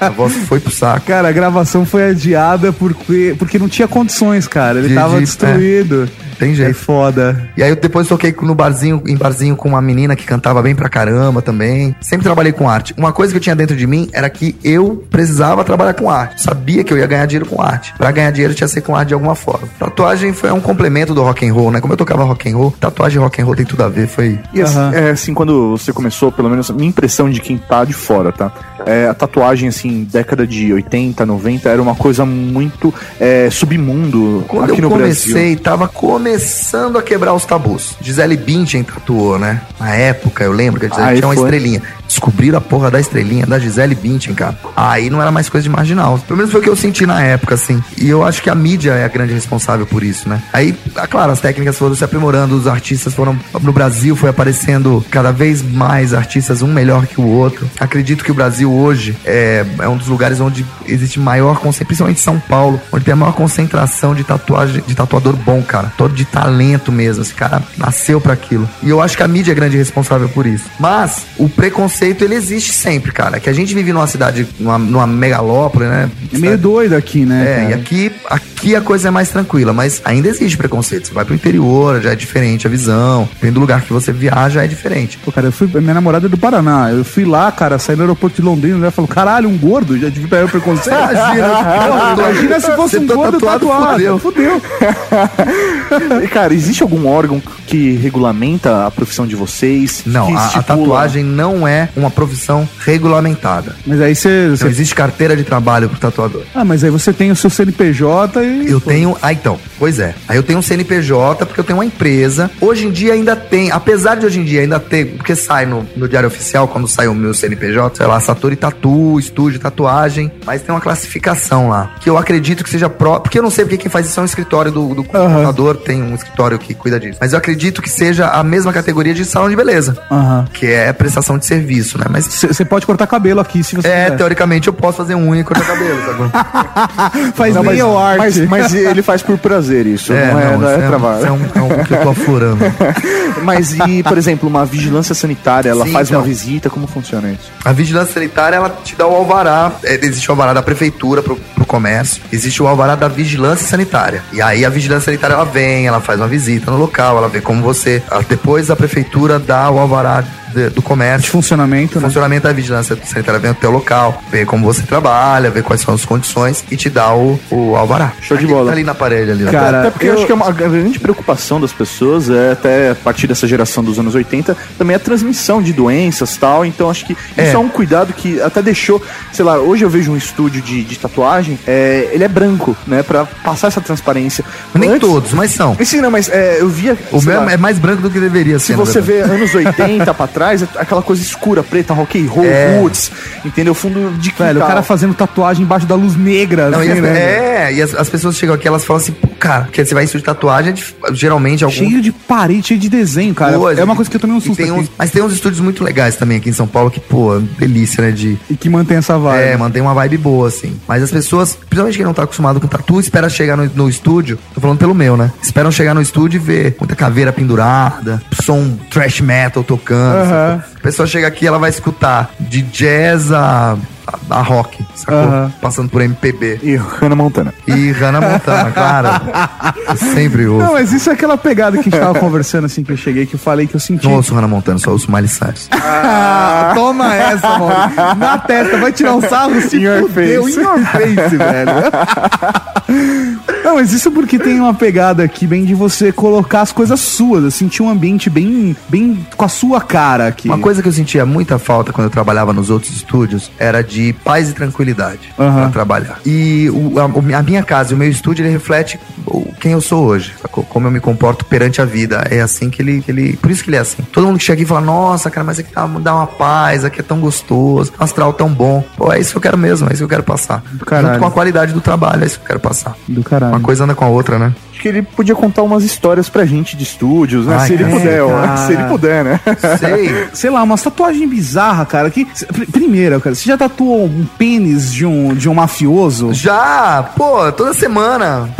S3: a voz foi pro saco.
S2: Cara, a gravação foi adiada porque, porque não tinha condições, cara. Ele
S3: De-
S2: tava
S3: de-
S2: destruído.
S3: Tem jeito.
S2: É foda.
S3: E aí eu depois toquei no barzinho, em barzinho com uma menina que cantava bem pra caramba também. Sempre trabalhei com arte. Uma coisa que eu tinha dentro de mim era que eu precisava trabalhar com arte. Sabia que eu ia ganhar dinheiro com arte. Pra ganhar dinheiro tinha que ser com arte de alguma forma. Tatuagem foi um complemento do rock and roll, né? Como eu tocava rock and roll, tatuagem e rock and roll tem tudo a ver, foi
S9: E assim, é, assim, quando você começou, pelo menos a minha impressão de quem tá de fora, tá? É, a tatuagem, assim, década de 80, 90, era uma coisa muito é, submundo
S3: Quando
S9: aqui
S3: eu
S9: no
S3: comecei,
S9: Brasil.
S3: tava começando a quebrar os tabus. Gisele Bündchen tatuou, né? Na época, eu lembro que a Gisele
S9: Aí
S3: tinha uma
S9: Ah, foi.
S3: estrelinha. Descobriram a porra da estrelinha da Gisele Bündchen, cara. Aí não era mais coisa de marginal. Pelo menos foi o que eu senti na época, assim. E eu acho que a mídia é a grande responsável por isso, né? Aí, ah, claro, as técnicas foram se aprimorando, os artistas foram... No Brasil foi aparecendo cada vez mais artistas, um melhor que o outro. Acredito que o Brasil hoje é, é um dos lugares onde existe maior concentração, principalmente São Paulo, onde tem a maior concentração de tatuagem, de tatuador bom, cara. Todo de talento mesmo. Esse cara nasceu pra aquilo. E eu acho que a mídia é grande responsável por isso. Mas o preconceito, ele existe sempre, cara. Que a gente vive numa cidade, numa, numa megalópole, né?
S2: É meio doido aqui, né?
S3: É, e
S2: cara?
S3: aqui, aqui a coisa é mais tranquila, mas ainda existe preconceito. Você vai pro interior, já é diferente a visão. Dependendo do lugar que você viaja, é diferente.
S2: Pô, cara, eu fui, minha namorada é do Paraná. Eu fui lá, cara, saí no aeroporto de Londrina, ela falou, caralho, um gordo, já tive pegar o preconceito.
S3: Imagina,
S2: Não, imagina se fosse
S9: Você
S2: um
S9: tá
S2: gordo
S9: tatuado,
S2: tatuado.
S9: fudeu.
S2: Fudeu.
S9: E, Cara, existe algum órgão que regulamenta a profissão de vocês?
S3: Não,
S9: que
S3: a, a
S9: estipula-
S3: tatuagem não é uma profissão regulamentada.
S2: Mas aí você...
S3: Não existe carteira de trabalho pro tatuador.
S2: Ah, mas aí você tem o seu CNPJ e...
S3: Eu tenho. Ah, então, pois é. Aí eu tenho um CNPJ, porque eu tenho uma empresa. Hoje em dia ainda tem, apesar de hoje em dia ainda ter, porque sai no, no Diário Oficial, quando sai o meu CNPJ, sei lá, Satori Tatu, Estúdio Tatuagem, mas tem uma classificação lá, que eu acredito que seja pró. Porque eu não sei porque quem faz isso é um escritório do, do computador, tem um escritório que cuida disso. Mas eu acredito que seja a mesma categoria de salão de beleza,
S2: Aham.
S3: que é prestação de serviço, né? Mas.
S2: Você você pode cortar cabelo aqui se você
S3: É,
S2: quiser.
S9: então,
S3: teoricamente eu posso fazer um único de cabelo, sacou?
S2: Faz
S9: Não, mas,
S2: meio arte.
S9: mas, (laughs) mas ele faz por prazer (laughs) isso,
S3: É,
S9: não é,
S3: não,
S9: não é
S3: isso é um-
S9: trabalho.
S3: isso é um- é um que eu tô
S9: (laughs)
S3: aflorando.
S9: Mas e, por exemplo, uma vigilância sanitária, ela
S3: Sim,
S9: faz uma
S3: então.
S9: visita, como funciona isso?
S3: A vigilância sanitária, ela te dá o alvará. É, existe o alvará da prefeitura pro, pro comércio. Existe o alvará da vigilância sanitária. E aí a vigilância sanitária, ela vem, ela faz uma visita no local, ela vê como você... ah, Depois a prefeitura dá o alvará de- do comércio.
S2: Funcionamento,
S3: O
S2: né?
S3: funcionamento da vigilância sanitária vem até o local, vê como você trabalha, vê quais são as condições e te dá o, o alvará.
S9: Show de
S3: Aqui,
S9: bola.
S3: Tá ali na parede, ali. ó.
S2: Cara,
S9: até porque eu...
S2: eu-
S9: acho que é uma grande preocupação das pessoas, é, até a partir dessa geração dos anos 80, também a transmissão de doenças tal. Então acho que isso é,
S3: É.
S9: um cuidado que até deixou, sei lá, hoje eu vejo um estúdio de, de tatuagem, é, ele é branco, né? Pra passar essa transparência.
S3: Nem
S9: Antes-
S3: todos, mas são.
S9: Sim, não, mas é, eu via.
S3: O
S9: sei
S3: meu
S9: lá,
S3: é mais branco do que deveria
S9: se
S3: ser. na
S9: você
S3: (laughs) verdade.
S9: vê anos 80 pra autorais é aquela coisa escura, preta, rock and roll,
S3: É.
S9: roots, entendeu? Fundo de
S2: Velho, o cara fazendo tatuagem embaixo da luz negra.
S3: Não, e
S2: assim,
S3: as-
S2: né?
S3: é, e as, as pessoas chegam aqui elas falam assim, pô, cara, porque você vai em estúdio de tatuagem, é dif- geralmente algum.
S2: Cheio de parede, cheio de desenho, cara.
S3: Boas,
S2: é uma coisa que eu tomei um
S3: E
S2: susto
S3: tem
S2: aqui.
S3: uns- mas tem uns estúdios muito legais também aqui em São Paulo que, pô, delícia, né? De...
S2: E que mantém essa vibe.
S3: É, mantém uma vibe boa, assim. Mas as pessoas, principalmente quem não tá acostumado com tatu, espera chegar no, no estúdio. Tô falando pelo meu, né? Esperam chegar no estúdio e ver muita caveira pendurada, som trash metal tocando.
S2: Aham.
S3: sacou? A pessoa chega aqui ela vai escutar de jazz a, a, a rock, sacou?
S9: Aham.
S3: Passando por MPB.
S9: E Hannah Montana.
S3: E Hannah Montana,
S2: (laughs)
S3: claro. Eu sempre ouço.
S2: Não, mas isso é aquela pegada que a gente tava conversando assim que eu cheguei, que eu falei que eu senti.
S3: Não ouço Hannah Montana, só ouço Miley Cyrus.
S2: Ah, toma essa, mano. Na testa, vai tirar um sarro, se fudeu. In your face, velho. Não, mas isso porque tem uma pegada aqui bem de você colocar as coisas suas, assim, sentir um ambiente bem, bem com a sua cara aqui.
S3: Uma coisa que eu sentia muita falta quando eu trabalhava nos outros estúdios era de paz e tranquilidade pra trabalhar. E o- a, o- a minha casa e o meu estúdio, ele reflete o- quem eu sou hoje, sacou? Como eu me comporto perante a vida. É assim que ele, que ele... Por isso que ele é assim. Todo mundo que chega aqui e fala, nossa, cara, mas aqui tá, dá uma paz, aqui é tão gostoso, astral tão bom. Pô, é isso que eu quero mesmo, é isso que eu quero passar.
S9: caralho.
S3: Junto com a qualidade do trabalho, é isso que eu quero passar.
S2: Do caralho.
S3: Uma coisa anda com a
S2: (laughs)
S3: outra, né?
S9: Acho que ele podia contar umas histórias pra gente de estúdios, né?
S3: Ai,
S9: se ele
S3: cara.
S9: puder, ó.
S2: Cara.
S9: Se ele puder, né?
S3: Sei.
S2: Sei lá, uma tatuagem bizarra, cara. Que, pr- primeiro, cara, você já tatuou um pênis de um, de um mafioso?
S3: Já, pô, toda semana.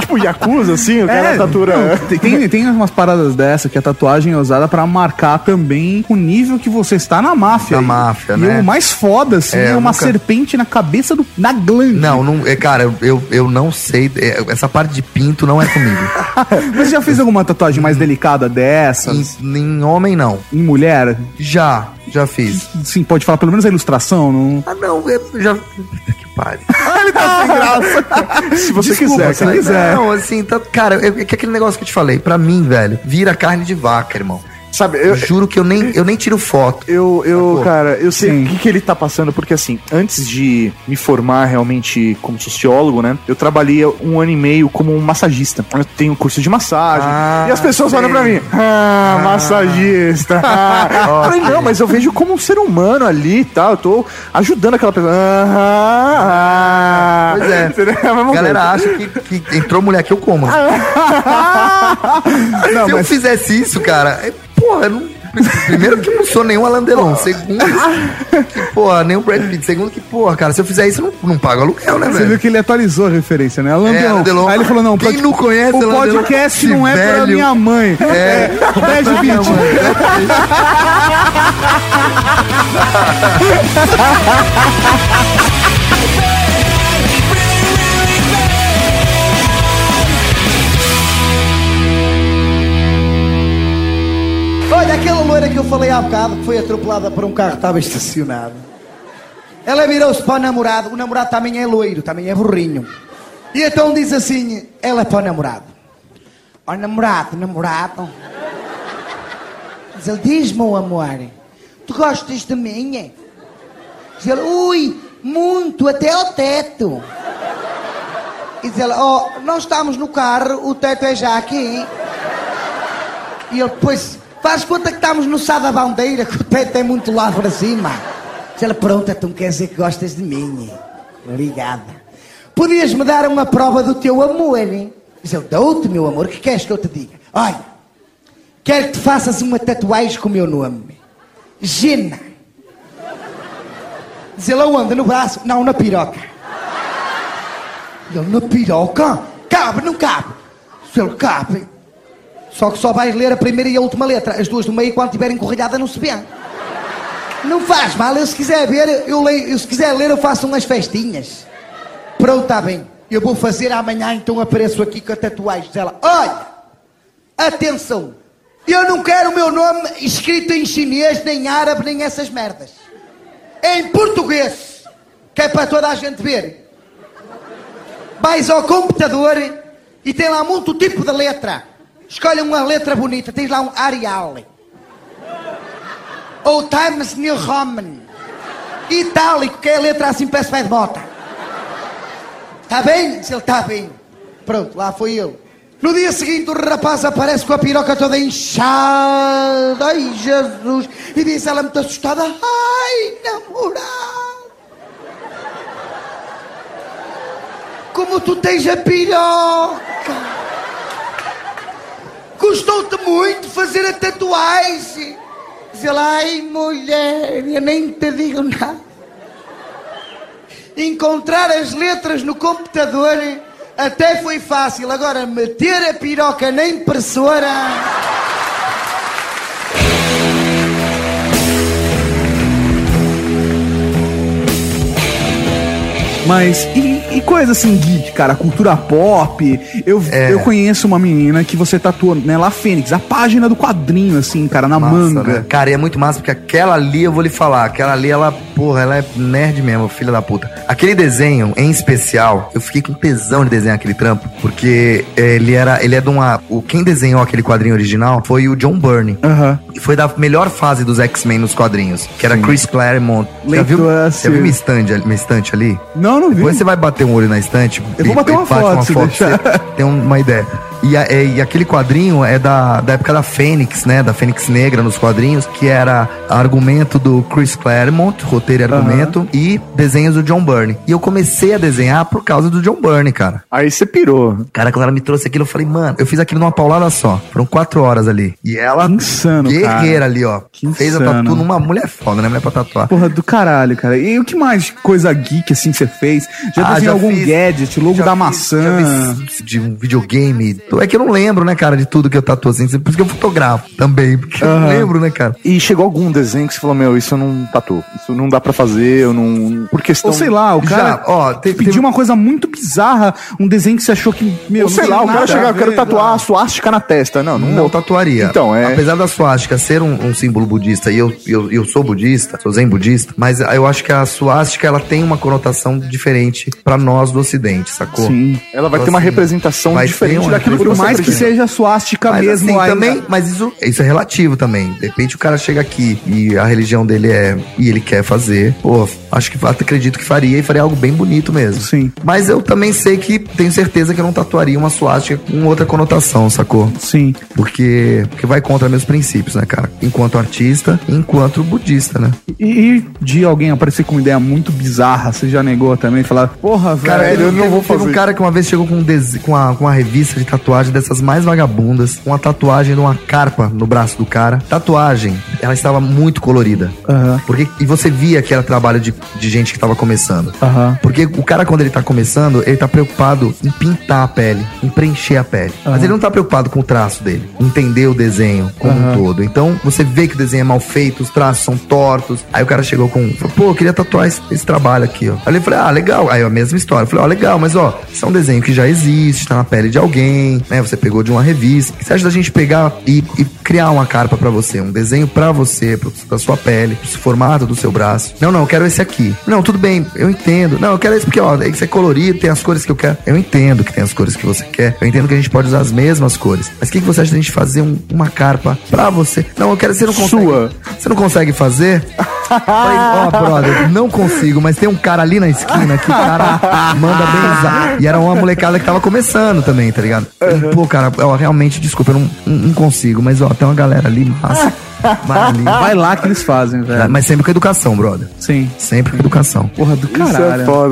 S9: tipo, Yakuza, assim, o cara
S2: É,
S9: tatura.
S2: não, tem- tem, tem umas paradas dessa que a tatuagem é usada pra marcar também o nível que você está na máfia.
S3: Na
S2: E-
S3: máfia,
S2: e
S3: né?
S2: o mais foda, assim,
S3: É,
S2: é,
S3: eu
S2: uma
S3: nunca-
S2: serpente na cabeça do. na glande.
S3: Não, não é, cara, eu, eu não sei. é, Essa parte de pinto não é
S9: (laughs)
S3: comigo.
S2: Mas (laughs) você já fez alguma tatuagem mais delicada dessas?
S3: Em, em homem, não.
S2: Em mulher?
S3: Já, já fiz.
S2: Sim, pode falar pelo menos a ilustração,
S3: (laughs)
S2: não.
S3: Ah, não, eu já. Que pare.
S9: (laughs) Se você
S2: Desculpa,
S9: quiser,
S2: se
S9: cara.
S2: quiser.
S3: Não, assim, tá, cara, eu- é que aquele negócio que eu te falei, pra mim, velho, vira carne de vaca, irmão.
S9: Sabe,
S3: Eu
S9: eu,
S3: juro que eu nem, eu nem tiro foto.
S9: Eu, eu
S3: Sacou?
S9: cara, eu sei
S2: Sim.
S9: o que, que ele tá passando, porque assim, antes de me formar realmente como sociólogo, né? Eu trabalhei um ano e meio como um massagista. Eu tenho curso de massagem.
S3: Ah,
S9: e as pessoas
S3: sei.
S9: olham pra mim, ah,
S3: (laughs)
S9: massagista. eu falei, não, mas eu vejo como um ser humano ali e tal. Eu tô ajudando aquela pessoa. Ah, ah,
S3: Pois é.
S9: (laughs) Entendeu? É a mesma
S3: A galera
S9: coisa. Ah,
S3: acha que, que entrou mulher que eu como. Se eu fizesse isso, cara, é, porra, eu não. Primeiro que eu não sou nenhum Alain Delon. Segundo que, porra, nenhum Brad Pitt. Segundo que, porra, cara, se eu fizer isso, eu não, não pago aluguel, né,
S2: Você viu
S3: velho?
S2: que ele atualizou a referência, né? Alain
S3: É,
S2: Delon.
S3: Alain Delon.
S2: Aí ele falou: não,
S3: Quem não conhece
S2: o
S3: Alain Delon?
S2: podcast
S3: Esse
S2: não é pra
S3: velho.
S2: minha mãe.
S3: É.
S2: Beijo, Vitinho.
S14: Olha, aquela loira que eu falei há bocado, que foi atropelada por um carro que estava estacionado. Ela virou-se para o namorado. O namorado também é loiro, também é burrinho. E então diz assim, ela é para o namorado. Ó namorado, namorado. Diz ele, diz meu amor, tu gostas de mim? Diz ele, ui, muito, até ao teto. E diz ele, ó, nós estamos no carro, o teto é já aqui. E ele depois faz conta que estamos no Sá da Bandeira, que o teto é muito lá para cima. Diz Ela, pronto, então quer dizer que gostas de mim. Obrigada. Podias-me dar uma prova do teu amor, hein? Diz ele, dou-te, meu amor, o que queres que eu te diga? Olha, quero que te faças uma tatuagem com o meu nome. Gina. Diz ele, aonde? No braço? Não, na piroca. Ele, na piroca? Cabe, não cabe? Diz ele, cabe. Só que só vais ler a primeira e a última letra. As duas do meio, quando tiverem corrilhada, não se vê. Não faz mal. Eu, se quiser ver, eu leio. Eu, se quiser ler, eu faço umas festinhas. Pronto, está bem. Eu vou fazer amanhã, então apareço aqui com a tatuagem dela. Olha! Atenção! Eu não quero o meu nome escrito em chinês, nem árabe, nem essas merdas. É em português. Que é para toda a gente ver vais ao computador e tem lá muito tipo de letra. Escolhe uma letra bonita, tens lá um Arial. Ou Times New Roman. Itálico, que é a letra assim parece pé de bota. Está bem? Diz ele, está bem. Pronto, lá fui eu. No dia seguinte, o rapaz aparece com a piroca toda inchada. Ai, Jesus! E diz ela muito assustada: Ai, namorado! Como tu tens a piroca! Custou-te muito fazer a tatuagem! Diz ela: Ai, mulher, eu nem te digo nada. Encontrar as letras no computador até foi fácil. Agora, meter a piroca na impressora.
S2: Mas, e, e coisa assim, geek, cara, cultura pop. Eu,
S3: É.
S2: eu conheço uma menina que você tatuou nela a Fênix, a página do quadrinho, assim, cara, na
S3: Massa,
S2: manga.
S3: né? Cara, e é muito massa, porque aquela ali, eu vou lhe falar, aquela ali, ela, porra, ela é nerd mesmo, filha da puta. Aquele desenho, em especial, eu fiquei com tesão de desenhar aquele trampo, porque ele era, ele é de uma, o, quem desenhou aquele quadrinho original foi o John Byrne. E foi da melhor fase dos X-Men nos quadrinhos, que era Chris Claremont. Já viu,
S2: Leitor,
S3: já viu
S2: sim.
S3: minha estante, ali- minha estante ali?
S2: Não, não vi.
S3: Depois você vai bater um olho na estante.
S2: Eu vou bater uma
S3: bate
S2: foto, se deixar.
S3: pra você ter uma ideia. E, a- é- e aquele quadrinho é da, da época da Fênix, né? Da Fênix Negra nos quadrinhos, que era argumento do Chris Claremont, roteiro e argumento, e desenhos do John Byrne. E eu comecei a desenhar por causa do John Byrne, cara.
S9: Aí você pirou.
S3: Cara, quando ela me trouxe aquilo, eu falei, mano, eu fiz aquilo numa paulada só. Foram quatro horas ali. E ela.
S2: Insano, cara.
S3: guerreira ali, ó.
S2: Que
S3: Fez a
S2: insano.
S3: tatu numa mulher foda, né? Mulher pra tatuar.
S2: Porra do caralho, cara. E o que mais de coisa geek assim que você fez? Já
S3: Ah,
S2: desenhou
S3: já
S2: algum
S3: fiz.
S2: gadget, logo da maçã?
S3: de um videogame. É que eu não lembro, né, cara, de tudo que eu tatuo assim. Por isso que eu fotografo também, porque eu não
S9: Aham.
S3: lembro, né, cara.
S9: E chegou algum desenho que você falou, meu, isso eu não tatuo. Isso não dá pra fazer, eu não. Por questão.
S2: Ou sei lá, o cara pediu uma coisa muito bizarra, um desenho que você achou que, meu,
S9: Ou sei lá, o cara chegar, eu quero tatuar a suástica na testa. Não, não,
S3: Não tatuaria.
S9: Então, é.
S3: Apesar da suástica ser um, um símbolo budista, e eu, eu, eu sou budista, sou zen budista, mas eu acho que a suástica ela tem uma conotação diferente pra nós do ocidente, sacou? Então, assim,
S9: Sim. Ela vai ter uma representação
S3: vai ter
S9: diferente
S3: uma
S9: daquilo que
S2: Por
S9: você
S2: mais que
S9: acredita.
S2: seja suástica Tá
S3: É. Mas
S2: mesmo né?
S3: assim,
S2: ainda.
S3: também, mas isso, isso é relativo também. De repente o cara chega aqui e a religião dele é e ele quer fazer. Pô, acho que acredito que faria e faria algo bem bonito mesmo.
S2: Sim.
S3: Mas eu também sei que tenho certeza que eu não tatuaria uma suástica com outra conotação, sacou?
S2: Sim.
S3: Porque, porque vai contra meus princípios, né, cara? Enquanto artista, enquanto budista, né?
S2: E, e de alguém aparecer com uma ideia muito bizarra, você já negou também? Falar, porra, velho,
S3: Cara, teve- teve- Teve um cara que uma vez chegou com, um dese- com, uma, com uma revista de tatuagem dessas mais vagabundas, com uma tatuagem de uma carpa no braço do cara. Tatuagem, ela estava muito colorida. Porque, e você via que era trabalho de, de gente que estava começando.
S2: Aham.
S3: Porque o cara, quando ele tá começando, ele tá preocupado em pintar a pele, em preencher a pele. Mas ele não tá preocupado com o traço dele, entender o desenho como
S2: Aham.
S3: um todo. Então, você vê que o desenho é mal feito, os traços são tortos. Aí o cara chegou com, falou, pô, eu queria tatuar esse, esse trabalho aqui, ó. Aí eu falei, ah, legal. Aí a mesma história. Eu falei, ó, legal, mas ó, isso é um desenho que já existe, tá na pele de alguém, né? Você pegou de uma revista. O que você acha da gente pegar e, e criar uma carpa pra você, um desenho pra você, pro, da sua pele, pro formato do seu braço? Não, não, eu quero esse aqui. Não, tudo bem, eu entendo. Não, eu quero esse porque, ó, isso é colorido, tem as cores que eu quero. Eu entendo que tem as cores que você quer. Eu entendo que a gente pode usar as mesmas cores. Mas o que, que você acha da gente fazer um- uma carpa pra você? Não, eu quero, você não consegue. Sua. Você não consegue fazer? Falei, ó, brother, não consigo, mas tem um cara ali na esquina que o cara manda benzar. E era uma molecada que tava começando também, tá ligado? Falei, Pô, cara, ó, realmente, desculpa, eu não, não- não consigo, mas ó, tem uma galera ali massa. Vai, ali.
S2: Vai lá que eles fazem, velho.
S3: Mas sempre com educação, brother.
S2: Sim.
S3: Sempre com educação.
S2: Porra, do caralho.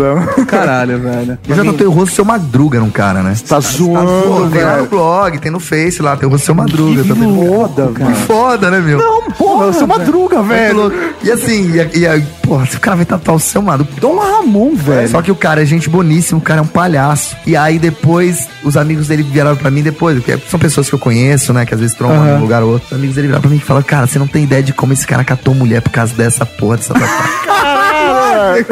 S3: é
S2: Do caralho, velho.
S3: Eu já tatuei o rosto do seu Madruga num cara, né?
S9: Tá zoando,
S3: Tem lá
S9: velho.
S3: no blog, tem no Face lá, tem o rosto do seu Madruga também.
S9: Foda, cara.
S3: Foda, né, meu?
S9: Não, porra, eu sou madruga,
S3: Muito
S9: velho.
S3: louco. E assim, e, a- e, a- porra, se o cara vai tatuar o seu mano.
S9: um
S3: Dom
S2: Ramon, velho.
S3: Só que o cara é gente boníssima, o cara é um palhaço. E aí depois, os amigos dele vieram pra mim depois, porque são pessoas que eu conheço, né? Que às vezes trombam
S2: Aham.
S3: num lugar ou outro. Os amigos dele vieram pra mim e falaram, cara, você não tem ideia de como esse cara catou mulher por causa dessa porra, dessa tatuagem.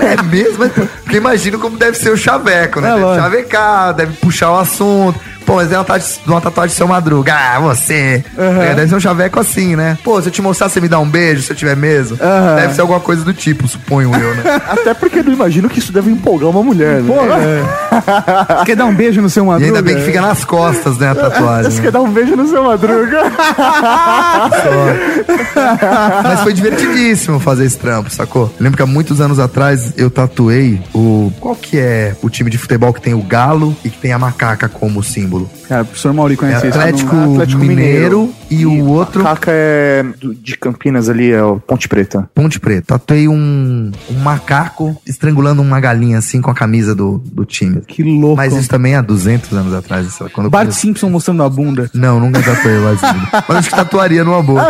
S3: É mesmo? Mas, Porque imagino como deve ser o chaveco, né? deve chavecar, deve puxar o assunto. Pô, mas é uma tatuagem, uma tatuagem do seu madruga. Ah, você. É, deve ser um chaveco assim, né? Pô, se eu te mostrar, você me dá um beijo, se eu tiver mesmo. Deve ser alguma coisa do tipo, suponho eu, né?
S9: Até porque eu não imagino que isso deve empolgar uma mulher, né?
S2: Porra, Quer dar um beijo no seu
S3: E
S2: madruga?
S3: ainda bem que fica nas costas, né, a tatuagem.
S9: Você
S3: né?
S9: quer dar um beijo no seu madruga?
S3: Mas foi divertidíssimo fazer esse trampo, sacou? Eu lembro que há muitos anos atrás eu tatuei o. Qual que é o time de futebol que tem o galo e que tem a macaca como símbolo? símbolo.
S2: Cara, o professor Mauri conhece
S3: É
S2: isso.
S3: Atlético
S2: Não-
S3: Mineiro e o outro-
S9: Caca é do- de Campinas ali, é o Ponte Preta.
S3: Ponte Preta. Tatuei um, um macaco estrangulando uma galinha, assim, com a camisa do, do time.
S2: Que louco.
S3: Mas isso também é há 200 anos atrás. Isso, é quando eu
S2: Bart
S3: comecei-
S2: Simpson mostrando a bunda.
S3: Não, nunca tatuei o Bart Simpson. Mas acho que tatuaria numa boa.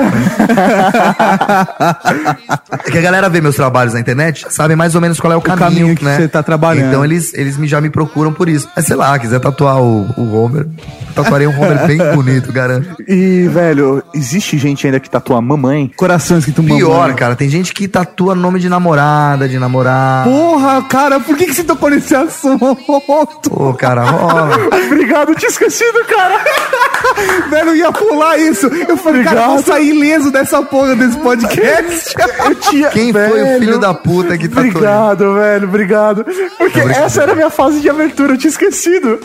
S3: É que a galera vê meus trabalhos na internet, sabe mais ou menos qual é o, caminho,
S2: caminho que
S3: né?
S2: você tá trabalhando.
S3: Então eles, eles me- já me procuram por isso. Mas sei lá, quiser tatuar o, o Homer, tatuaria um Homer bem bonito, garanto.
S9: E, velho, existe gente ainda que tatua mamãe?
S2: Corações que tu
S3: Pior, cara, tem gente que tatua nome de namorada, de namorado.
S2: Porra, cara, por que, que você tocou nesse assunto?
S3: Pô, cara, rola.
S9: (laughs) Obrigado, tinha esquecido, cara.
S2: Velho, eu ia pular isso. Eu falei, cara, eu vou
S9: Obrigado.
S2: sair ileso dessa porra desse
S3: (laughs)
S2: podcast.
S9: Eu tinha-
S3: Quem foi o
S9: Velho,
S3: filho da puta que tatuou? isso?
S9: Obrigado, velho, obrigado. Porque essa era a minha fase de abertura, eu tinha (laughs) esquecido.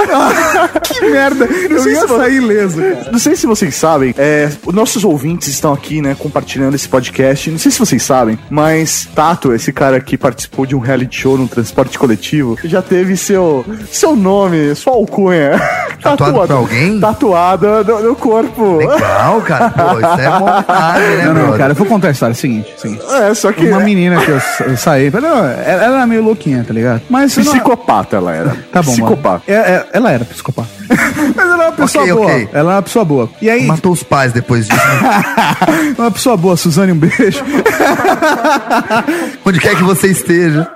S2: que merda. Eu,
S9: sei
S2: ia
S9: se você-
S2: sair ileso, cara.
S9: Não sei se vocês sabem, é, os nossos ouvintes estão aqui, né, compartilhando esse podcast. Não sei se vocês sabem, mas Tato, esse cara que participou de um reality show no transporte coletivo, já teve seu, seu nome, sua alcunha. (laughs)
S3: Tatuado
S9: tatuada-
S3: pra alguém?
S9: Tatuada no, no corpo.
S3: Legal, cara. Pô, isso é montagem, né,
S2: Não, não,
S3: brother?
S2: cara, eu vou contar a história. É o seguinte, seguinte.
S9: É, só que.
S2: Uma menina que eu, sa- eu saí, mas não, ela ela era meio louquinha, tá ligado? Mas eu não-
S9: Psicopata ela era.
S2: Tá bom,
S9: Psicopata.
S2: mano. É, é, ela era psicopata. (laughs) Mas ela era uma pessoa
S3: Ok,
S2: boa.
S3: ok.
S2: Ela era uma pessoa boa. E aí,
S3: Matou os pais depois disso. né?
S2: uma pessoa boa, Suzane, um beijo. (laughs)
S3: Onde quer que você esteja.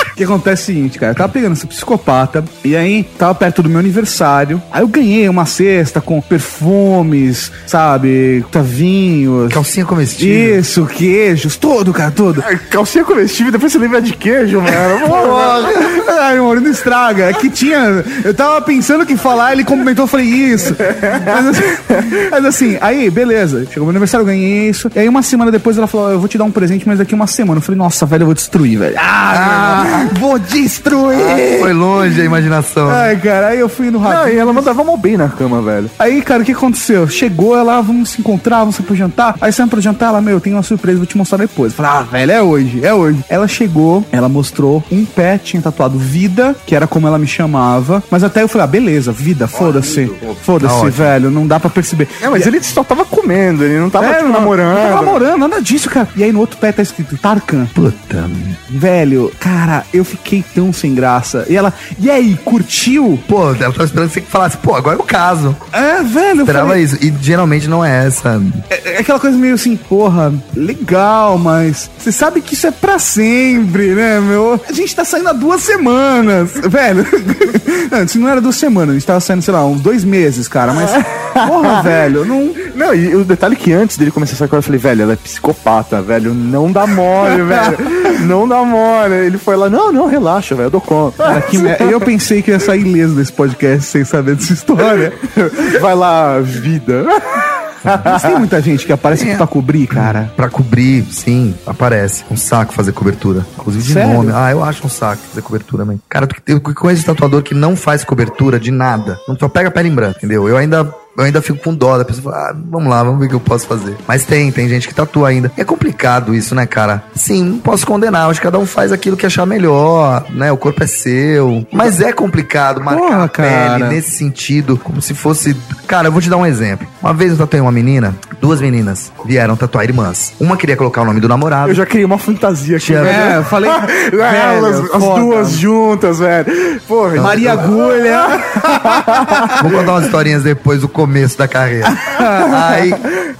S2: O que acontece é o seguinte, cara. Eu tava pegando essa psicopata. E aí, tava perto do meu aniversário. Aí eu ganhei uma cesta com perfumes, sabe? Tavinhos.
S3: Calcinha comestível.
S2: Isso, queijos, tudo, cara, tudo.
S9: É, Calcinha comestível, depois você lembra de queijo, mano. Porra.
S2: Ai, amor, não estraga. É que tinha. Eu tava pensando o que falar, ele complementou, eu falei isso. Mas assim, mas assim, aí, beleza. Chegou meu aniversário, eu ganhei isso. E aí, uma semana depois, ela falou: "Ó, Eu vou te dar um presente, mas daqui uma semana. Eu falei: Nossa, velho, eu vou destruir, velho. Ah, vou destruir.
S3: Foi longe a imaginação.
S2: Ai, cara, aí eu fui no
S9: Não,
S2: rato.
S9: e ela mandava mal bem na cama, velho.
S2: Aí, cara, o que aconteceu? Chegou ela, "Ah, vamos se encontrar, vamos sair pro jantar. Aí saímos pro jantar, ela, meu, tem uma surpresa, vou te mostrar depois. Eu Falei, ah, velho, é hoje, é hoje. Ela chegou, ela mostrou um pé, tinha tatuado vida, que era como ela me chamava. Mas até eu falei, ah, beleza, vida, foda-se.
S3: Tá
S2: Foda-se,
S3: ótimo.
S2: velho, não dá pra perceber.
S9: É, mas ele só tava comendo, ele não tava
S2: É,
S9: tipo,
S2: não-
S9: namorando.
S2: Não tava namorando, nada disso, cara. E aí no outro pé tá escrito Tarkan.
S3: Puta merda.
S2: Velho, cara, eu fiquei tão sem graça. E ela, e aí, curtiu?
S3: Pô, ela tava esperando que você falasse, pô, agora é o caso.
S2: É, velho, eu
S3: Esperava
S2: falei,
S3: isso. E geralmente não é essa.
S2: É é aquela coisa meio assim, porra, legal, mas você sabe que isso é pra sempre, né, meu? A gente tá saindo há duas semanas, (laughs) velho. Antes não era duas semanas, a gente tava saindo, sei lá, uns dois meses, cara, mas. Porra,
S9: (laughs)
S2: velho, não.
S9: Não, e o detalhe é que antes dele começar a sair com ela, eu falei, velho, ela é psicopata, velho, não dá mole, velho, não dá mole. Ele foi lá, não, não, relaxa, velho, eu dou conta.
S2: Cara, que mer- Eu pensei que eu ia sair ileso desse podcast sem saber dessa história.
S9: Vai lá, vida. É.
S2: Mas tem muita gente que aparece pra cobrir, cara.
S3: Uhum. Pra cobrir, sim, aparece. Um saco fazer cobertura. Inclusive de
S2: Sério?
S3: nome. Ah, eu acho um saco fazer cobertura, mãe. Cara, tu- eu conheço tatuador que não faz cobertura de nada. Não só pega a pele em branco, entendeu? Eu ainda. Eu ainda fico com dó da pessoa. fala, Ah, vamos lá, vamos ver o que eu posso fazer. Mas tem, tem gente que tatua ainda. É complicado isso, né, cara? Sim, não posso condenar. Acho que cada um faz aquilo que achar melhor, né? O corpo é seu. Mas é complicado marcar
S2: Porra,
S3: a pele
S2: cara.
S3: nesse nesse sentido, como se fosse. Cara, eu vou te dar um exemplo. Uma vez eu tatuei uma menina, duas meninas vieram tatuar irmãs. Uma queria colocar o nome do namorado.
S9: Eu já criei uma fantasia aqui,
S3: Tinha-
S9: (laughs) velho.
S2: É, eu falei.
S9: Elas,
S2: velho,
S9: as
S2: foda.
S9: duas juntas, velho. Porra,
S2: Maria Agulha.
S3: Vou contar umas historinhas depois do começo da carreira. aí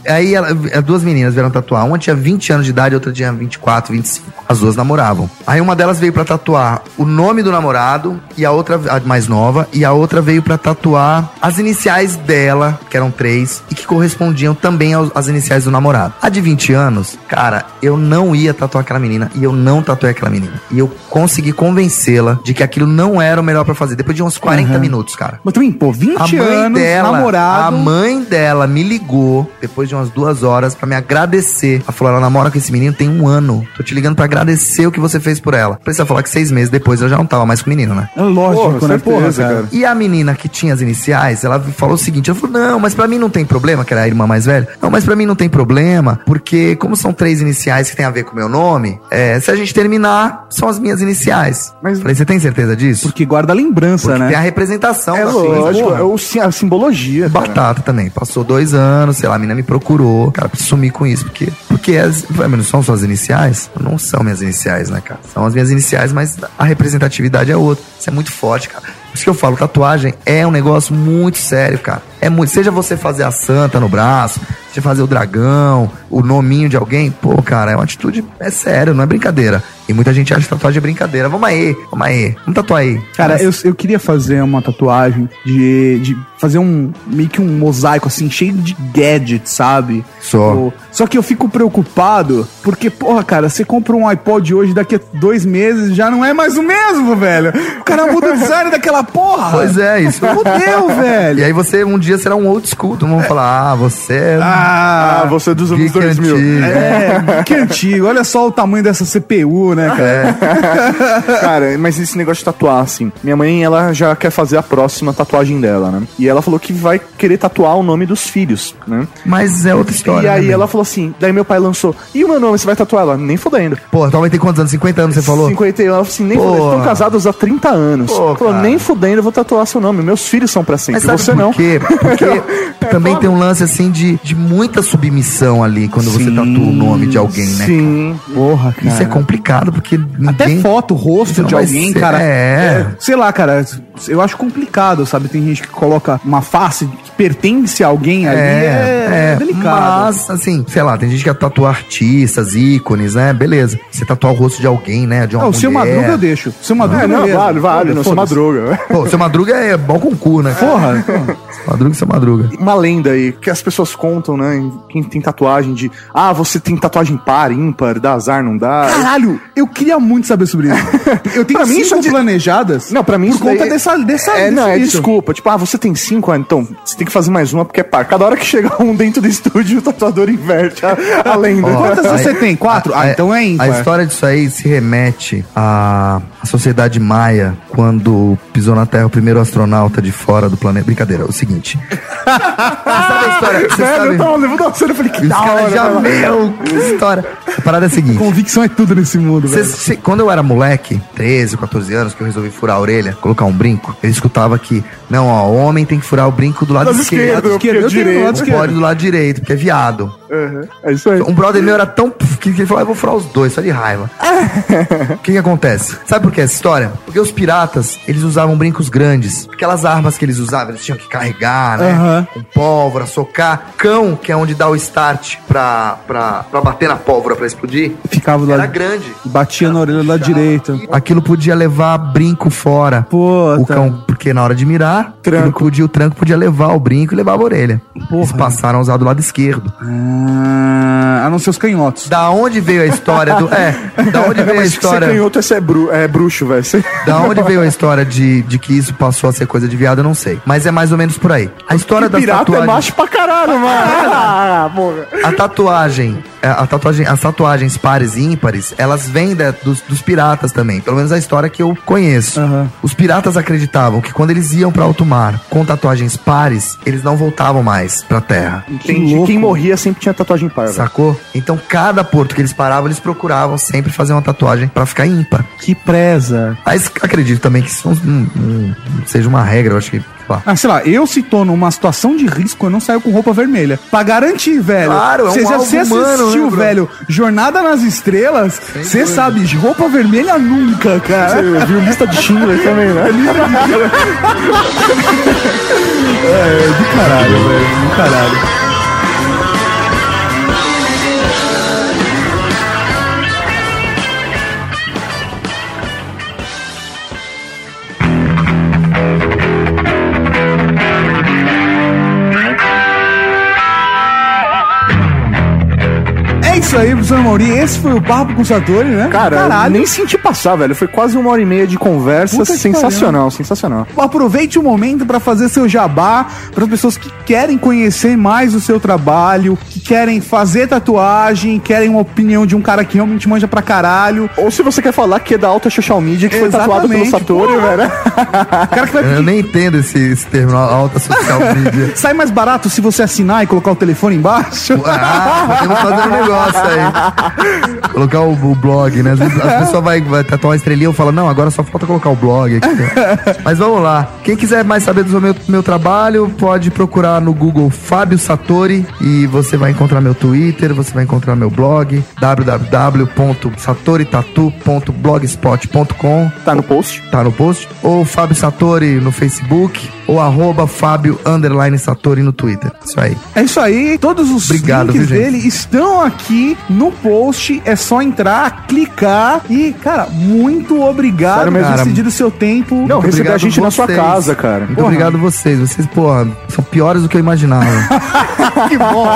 S3: aí ela- as duas meninas vieram tatuar. Uma tinha 20 anos de idade, a outra tinha 24, 25. As duas namoravam. Aí uma delas veio pra tatuar o nome do namorado e a outra, a mais nova, e a outra veio pra tatuar as iniciais dela, que eram três, e que correspondiam também aos- às iniciais do namorado. A de 20 anos, cara, eu não ia tatuar aquela menina e eu não tatuei aquela menina. E eu consegui convencê-la de que aquilo não era o melhor pra fazer. Depois de uns 40 minutos, cara.
S2: Mas também, pô, 20
S3: A mãe
S2: anos,
S3: dela,
S2: namorado.
S3: a mãe dela me ligou depois de umas duas horas pra me agradecer. Ela falou: ela namora com esse menino tem um ano. Tô te ligando pra agradecer o que você fez por ela. Precisa falar que seis meses depois eu já não tava mais com o menino, né?
S2: É Lógico,
S9: Porra,
S2: né? Porra,
S9: certeza,
S2: cara.
S9: cara.
S3: E a menina que tinha as iniciais, ela falou o seguinte: eu falei, não, mas pra mim não tem problema, que era a irmã mais velha. Não, mas pra mim não tem problema, porque como são três iniciais que tem a ver com o meu nome, é, se a gente terminar, são as minhas iniciais. Mas Falei, você tem certeza disso? Porque guarda lembrança, né? Tem a representação
S9: É
S3: da
S9: lógico, é o
S3: a simbologia. Batata também. Passou dois anos, sei lá, a mina me procurou. Cara, preciso sumir com isso, porque. Porque as, vai, mas não são suas iniciais? Não são minhas iniciais, né, cara? São as minhas iniciais, mas a representatividade é outra. Isso é muito forte, cara. Por isso que eu falo, tatuagem é um negócio muito sério, cara. É muito. Seja você fazer a santa no braço, você fazer o dragão, o nominho de alguém, pô, cara, é uma atitude. É sério, não é brincadeira. E muita gente acha tatuagem brincadeira. Vamos aí, vamos aí, vamos tatuar aí.
S2: Cara,
S3: Mas-
S2: eu, eu queria fazer uma tatuagem de, de fazer um meio que um mosaico assim, cheio de gadgets, sabe?
S3: Só.
S2: Tipo, só que eu fico preocupado, porque, porra, cara, você compra um iPod hoje, daqui a dois meses já não é mais o mesmo, velho. O cara muda o design daquela porra.
S3: Pois é, isso.
S2: Fudeu, velho.
S3: E aí você um dia será um old school. Todo mundo vai falar, ah, você é.
S2: Ah,
S3: você (laughs) é dos
S2: anos 2000. É, que antigo. Olha só o tamanho dessa CPU, né,
S3: É.
S2: cara?
S9: (laughs) Cara, mas esse negócio de tatuar, assim. Minha mãe, ela já quer fazer a próxima tatuagem dela, né? E ela falou que vai querer tatuar o nome dos filhos, né?
S3: Mas é outra história,
S9: E aí
S3: né,
S9: ela falou assim: daí meu pai lançou, e o meu nome, você vai tatuar ela? Nem fodendo.
S3: Pô, tua mãe tem quantos anos? 50 anos, você falou?
S9: 51, ela falou assim: nem
S3: Pô.
S9: fodendo. Estão casados há 30 anos. Ela falou,
S3: cara.
S9: nem fodendo, eu vou tatuar seu nome. Meus filhos são pra sempre.
S3: Mas sabe
S9: você
S3: por
S9: não.
S3: quê?
S2: (laughs)
S3: Porque (laughs) também tem um lance assim de, de muita submissão ali quando você tatua o nome de alguém, né?
S9: Sim.
S2: Porra, cara.
S3: Isso é complicado porque ninguém...
S2: Até foto, rosto
S3: Não
S2: de
S3: vai
S2: alguém,
S3: ser-
S2: cara.
S3: É.
S2: Sei lá, cara, eu acho complicado, sabe? Tem gente que coloca uma face que pertence a alguém ali. É, é, delicado.
S3: Mas, assim, sei lá, tem gente que quer tatuar artistas, ícones, né? Beleza. Você tatuar o rosto de alguém, né? De uma
S2: Ah, o seu
S3: mulher.
S2: madruga eu deixo. O seu madruga
S3: É, não,
S2: eu levo.
S3: vale, vale,
S2: Olha,
S3: não, seu
S2: foda-se.
S9: Madruga.
S3: Pô, o seu madruga é bom com cu, né?
S2: Porra.
S3: madruga, seu madruga.
S9: uma lenda aí que as pessoas contam, né? em Quem tem tatuagem de ah, você tem tatuagem par, ímpar, dá azar, não dá.
S2: Caralho, eu queria muito saber sobre
S9: (laughs)
S2: isso. Eu tenho
S9: Pra mim,
S2: cinco
S9: isso é de-
S2: planejadas.
S9: Não, pra mim
S2: Por
S9: isso
S2: conta
S9: daí-
S2: dessa, dessa.
S9: É, não, é
S2: disso.
S9: desculpa. Tipo, ah, você tem cinco, ah, então você tem que fazer mais uma porque é par. Cada hora que chega um dentro do estúdio, o tatuador inverte a, a lenda.
S3: Ó, aí- a-
S9: ímpar.
S3: É, A história disso aí se remete à, à sociedade maia, quando pisou na Terra o primeiro astronauta de fora do planeta. Brincadeira, é o seguinte. sabe a história? Você
S9: Velho,
S3: sabe?
S9: eu tava levando a sério, eu falei, que
S3: Os
S9: da hora.
S3: caras já
S9: cara. é
S3: meu, que história. A parada é a seguinte.
S2: Convicção é tudo nesse mundo,
S3: Cê- cê- quando eu era moleque, 13, 14 anos, que eu resolvi furar a orelha, colocar um brinco, eu escutava que, não, ó, homem tem que furar o brinco do lado
S9: Lado
S3: esquerdo.
S9: esquerdo, porque é direito.
S3: Não pode do lado direito, porque é viado.
S9: Uhum, É isso aí.
S3: Um brother meu era tão. que ele falou, ah, eu vou furar os dois, só de (laughs) raiva. O que que acontece? Sabe por que essa história? Porque os piratas, eles usavam brincos grandes. Aquelas armas que eles usavam, eles tinham que carregar, né?
S2: Aham.
S3: Com pólvora, socar. Cão, que é onde dá o start pra, pra, pra bater na pólvora pra explodir.
S2: Ficava lá.
S3: Era grande.
S2: Batia na orelha da direita.
S3: Aquilo podia levar brinco fora. O cão, porque na hora de mirar, tranco. Ele podia, o tranco podia levar o brinco e levar a orelha. Eles passaram a usar do lado esquerdo.
S2: Ah, a não ser os canhotos.
S3: Da onde veio a história do. É, da
S9: (laughs)
S3: onde veio a
S9: Mas se
S3: história.
S9: Você canhoto, esse é, bru- é bruxo, velho. Você-
S3: Da onde veio a história de, de que isso passou a ser coisa de viado, eu não sei. Mas é mais ou menos por aí. A história da
S9: pirata
S3: tatuagem...
S9: é macho pra caralho, mano. Ah, porra.
S3: A tatuagem, é, a tatuagem, as tatuagens pares e ímpares, elas vêm da- dos, dos piratas também. Pelo menos a história que eu conheço. Os piratas acreditavam que quando eles iam pra alto mar com tatuagens pares, eles não voltavam mais pra terra.
S9: Entendi. Quem morria sempre tinha tatuagem par, velho.
S3: Sacou? Então cada porto que eles paravam, eles procuravam sempre fazer uma tatuagem pra ficar ímpar.
S2: Que preza.
S3: Mas acredito também que isso não, não- não seja uma regra, eu acho que. tipo, sei lá.
S2: Ah, sei lá, eu se tô numa situação de risco, eu não saio com roupa vermelha. Pra garantir, velho.
S3: Claro, é um
S2: Cê já-
S3: alvo
S2: cê assistiu,
S3: humano, né, bro?
S2: velho, Jornada nas Estrelas, você sabe, de roupa vermelha nunca, cara.
S9: Você viu lista de Schindler também, né?
S2: lista de Schindler. é, do caralho, velho, do caralho.
S7: É
S9: isso aí, professor Mauri. Esse foi o papo com o Satori, né? Cara,
S2: Caralho.
S9: eu nem senti passar, velho. Foi quase uma hora e meia de conversa.
S2: Puta que
S9: sensacional, sensacional.
S2: Aproveite o momento para fazer seu jabá para as pessoas que querem conhecer mais o seu trabalho, que querem fazer tatuagem, querem uma opinião de um cara que realmente manja pra caralho.
S9: Ou se você quer falar que é da alta social media, que foi tatuado pelo Satori, velho.
S2: cara
S9: (laughs)
S2: que vai
S3: Eu nem entendo esse, esse termo alta social media.
S2: Sai mais barato se você assinar e colocar o telefone embaixo.
S3: Ah, podemos fazer um negócio aí. Colocar o, o blog, né? Às vezes As pessoas vai, vai tatuar uma estrelinha e fala, não, agora só falta colocar o blog aqui. ó." Mas vamos lá. Quem quiser mais saber do meu, meu trabalho, pode procurar no Google Fábio Satori e você vai encontrar meu Twitter, você vai encontrar meu blog, www.satoritatu.blogspot.com
S9: Tá no post?
S3: Tá no post. Ou Fábio Satori no Facebook ou arroba Fábio underline Satori no Twitter. Isso aí.
S2: É isso aí, todos os
S3: Obrigado,
S2: links
S3: viu, gente?
S2: dele estão aqui no post. É só entrar, clicar e, cara, muito obrigado
S9: Sério mesmo,
S2: por
S9: cara.
S2: ter cedido o seu tempo.
S9: Não,
S3: Muito
S9: receber a
S3: obrigado
S9: gente na sua
S3: vocês.
S9: casa, cara.
S3: Muito
S9: Porra.
S3: obrigado vocês. Vocês, porra, são piores do que eu imaginava.
S2: (laughs) que bom.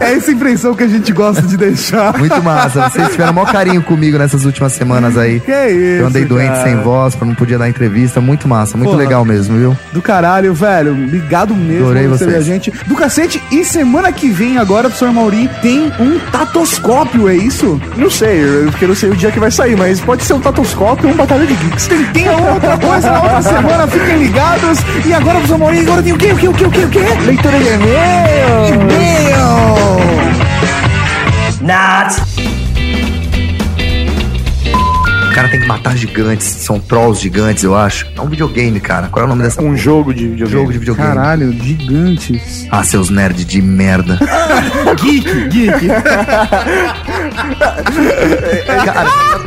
S2: é essa impressão que a gente gosta de deixar.
S3: Muito massa. Vocês tiveram o maior carinho comigo nessas últimas semanas aí.
S2: Que é isso,
S3: Eu andei doente
S2: cara.
S3: sem voz, pra não podia dar entrevista. Muito massa, muito
S2: Porra.
S3: legal mesmo, viu?
S2: Do caralho, velho. Obrigado mesmo
S3: Adorei
S2: por receber
S3: vocês.
S2: a gente. Do cacete. E semana que vem agora, professor Mauri, tem um tatoscópio, é isso?
S9: Não sei, eu- porque eu não sei o dia que vai sair, mas pode ser um tatoscópio ou um batalha de geeks.
S2: Tem, tem outra coisa na outra semana, fiquem ligados. E agora, professor Mauri, agora tem o quê? O quê? O quê? O quê? O quê?
S9: Leitura de e-mail!
S3: O cara tem que matar gigantes. São trolls gigantes, eu acho. É um videogame, cara. Qual é o nome dessa?
S9: Um jogo de videogame.
S3: Jogo de videogame.
S2: Caralho, gigantes.
S3: Ah, seus nerds de merda.
S2: Geek, geek.
S3: Cara,
S1: (laughs)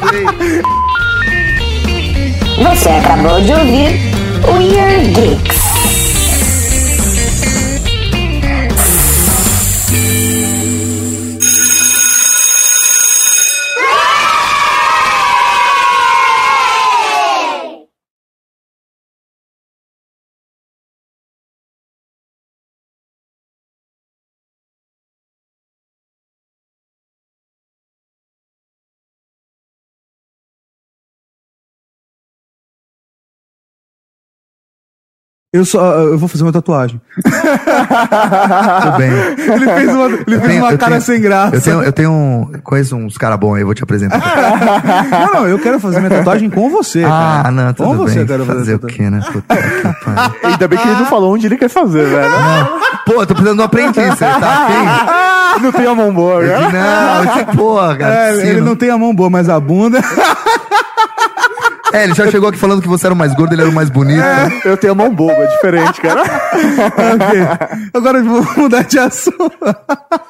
S1: Você acabou de ouvir Weird Geeks.
S2: Eu só. Eu vou fazer uma tatuagem.
S3: tudo bem.
S2: (laughs) Ele fez uma, ele
S3: Eu
S2: fez
S3: tenho-
S2: uma
S3: eu
S2: cara
S3: tenho-
S2: sem graça.
S3: Eu tenho, eu tenho um. Conheço uns caras bons aí, eu vou te apresentar.
S2: (laughs) Não, não, eu quero fazer minha tatuagem com você.
S3: ah,
S2: cara.
S3: não,
S2: com
S3: tudo
S2: você
S3: bem.
S2: eu quero fazer,
S3: fazer o
S2: tatuagem.
S3: quê, né? Puta que pariu.
S9: Ainda bem que ele não falou onde ele quer fazer, velho.
S3: Pô, eu tô precisando de um aprendiz, você tá
S2: (laughs)
S3: afim?
S2: Ah!
S9: Não tem a mão
S3: Eu
S9: boa, né?
S3: disse, Não, eu disse, porra,
S2: É,
S3: cara. sino.
S2: ele não tem a mão boa, mas a bunda. (laughs)
S3: É, ele já chegou aqui falando que você era o mais gordo, ele era o mais bonito.
S2: É.
S9: Eu tenho a mão boba, é diferente, cara.
S2: Ok. Agora eu vou mudar de assunto.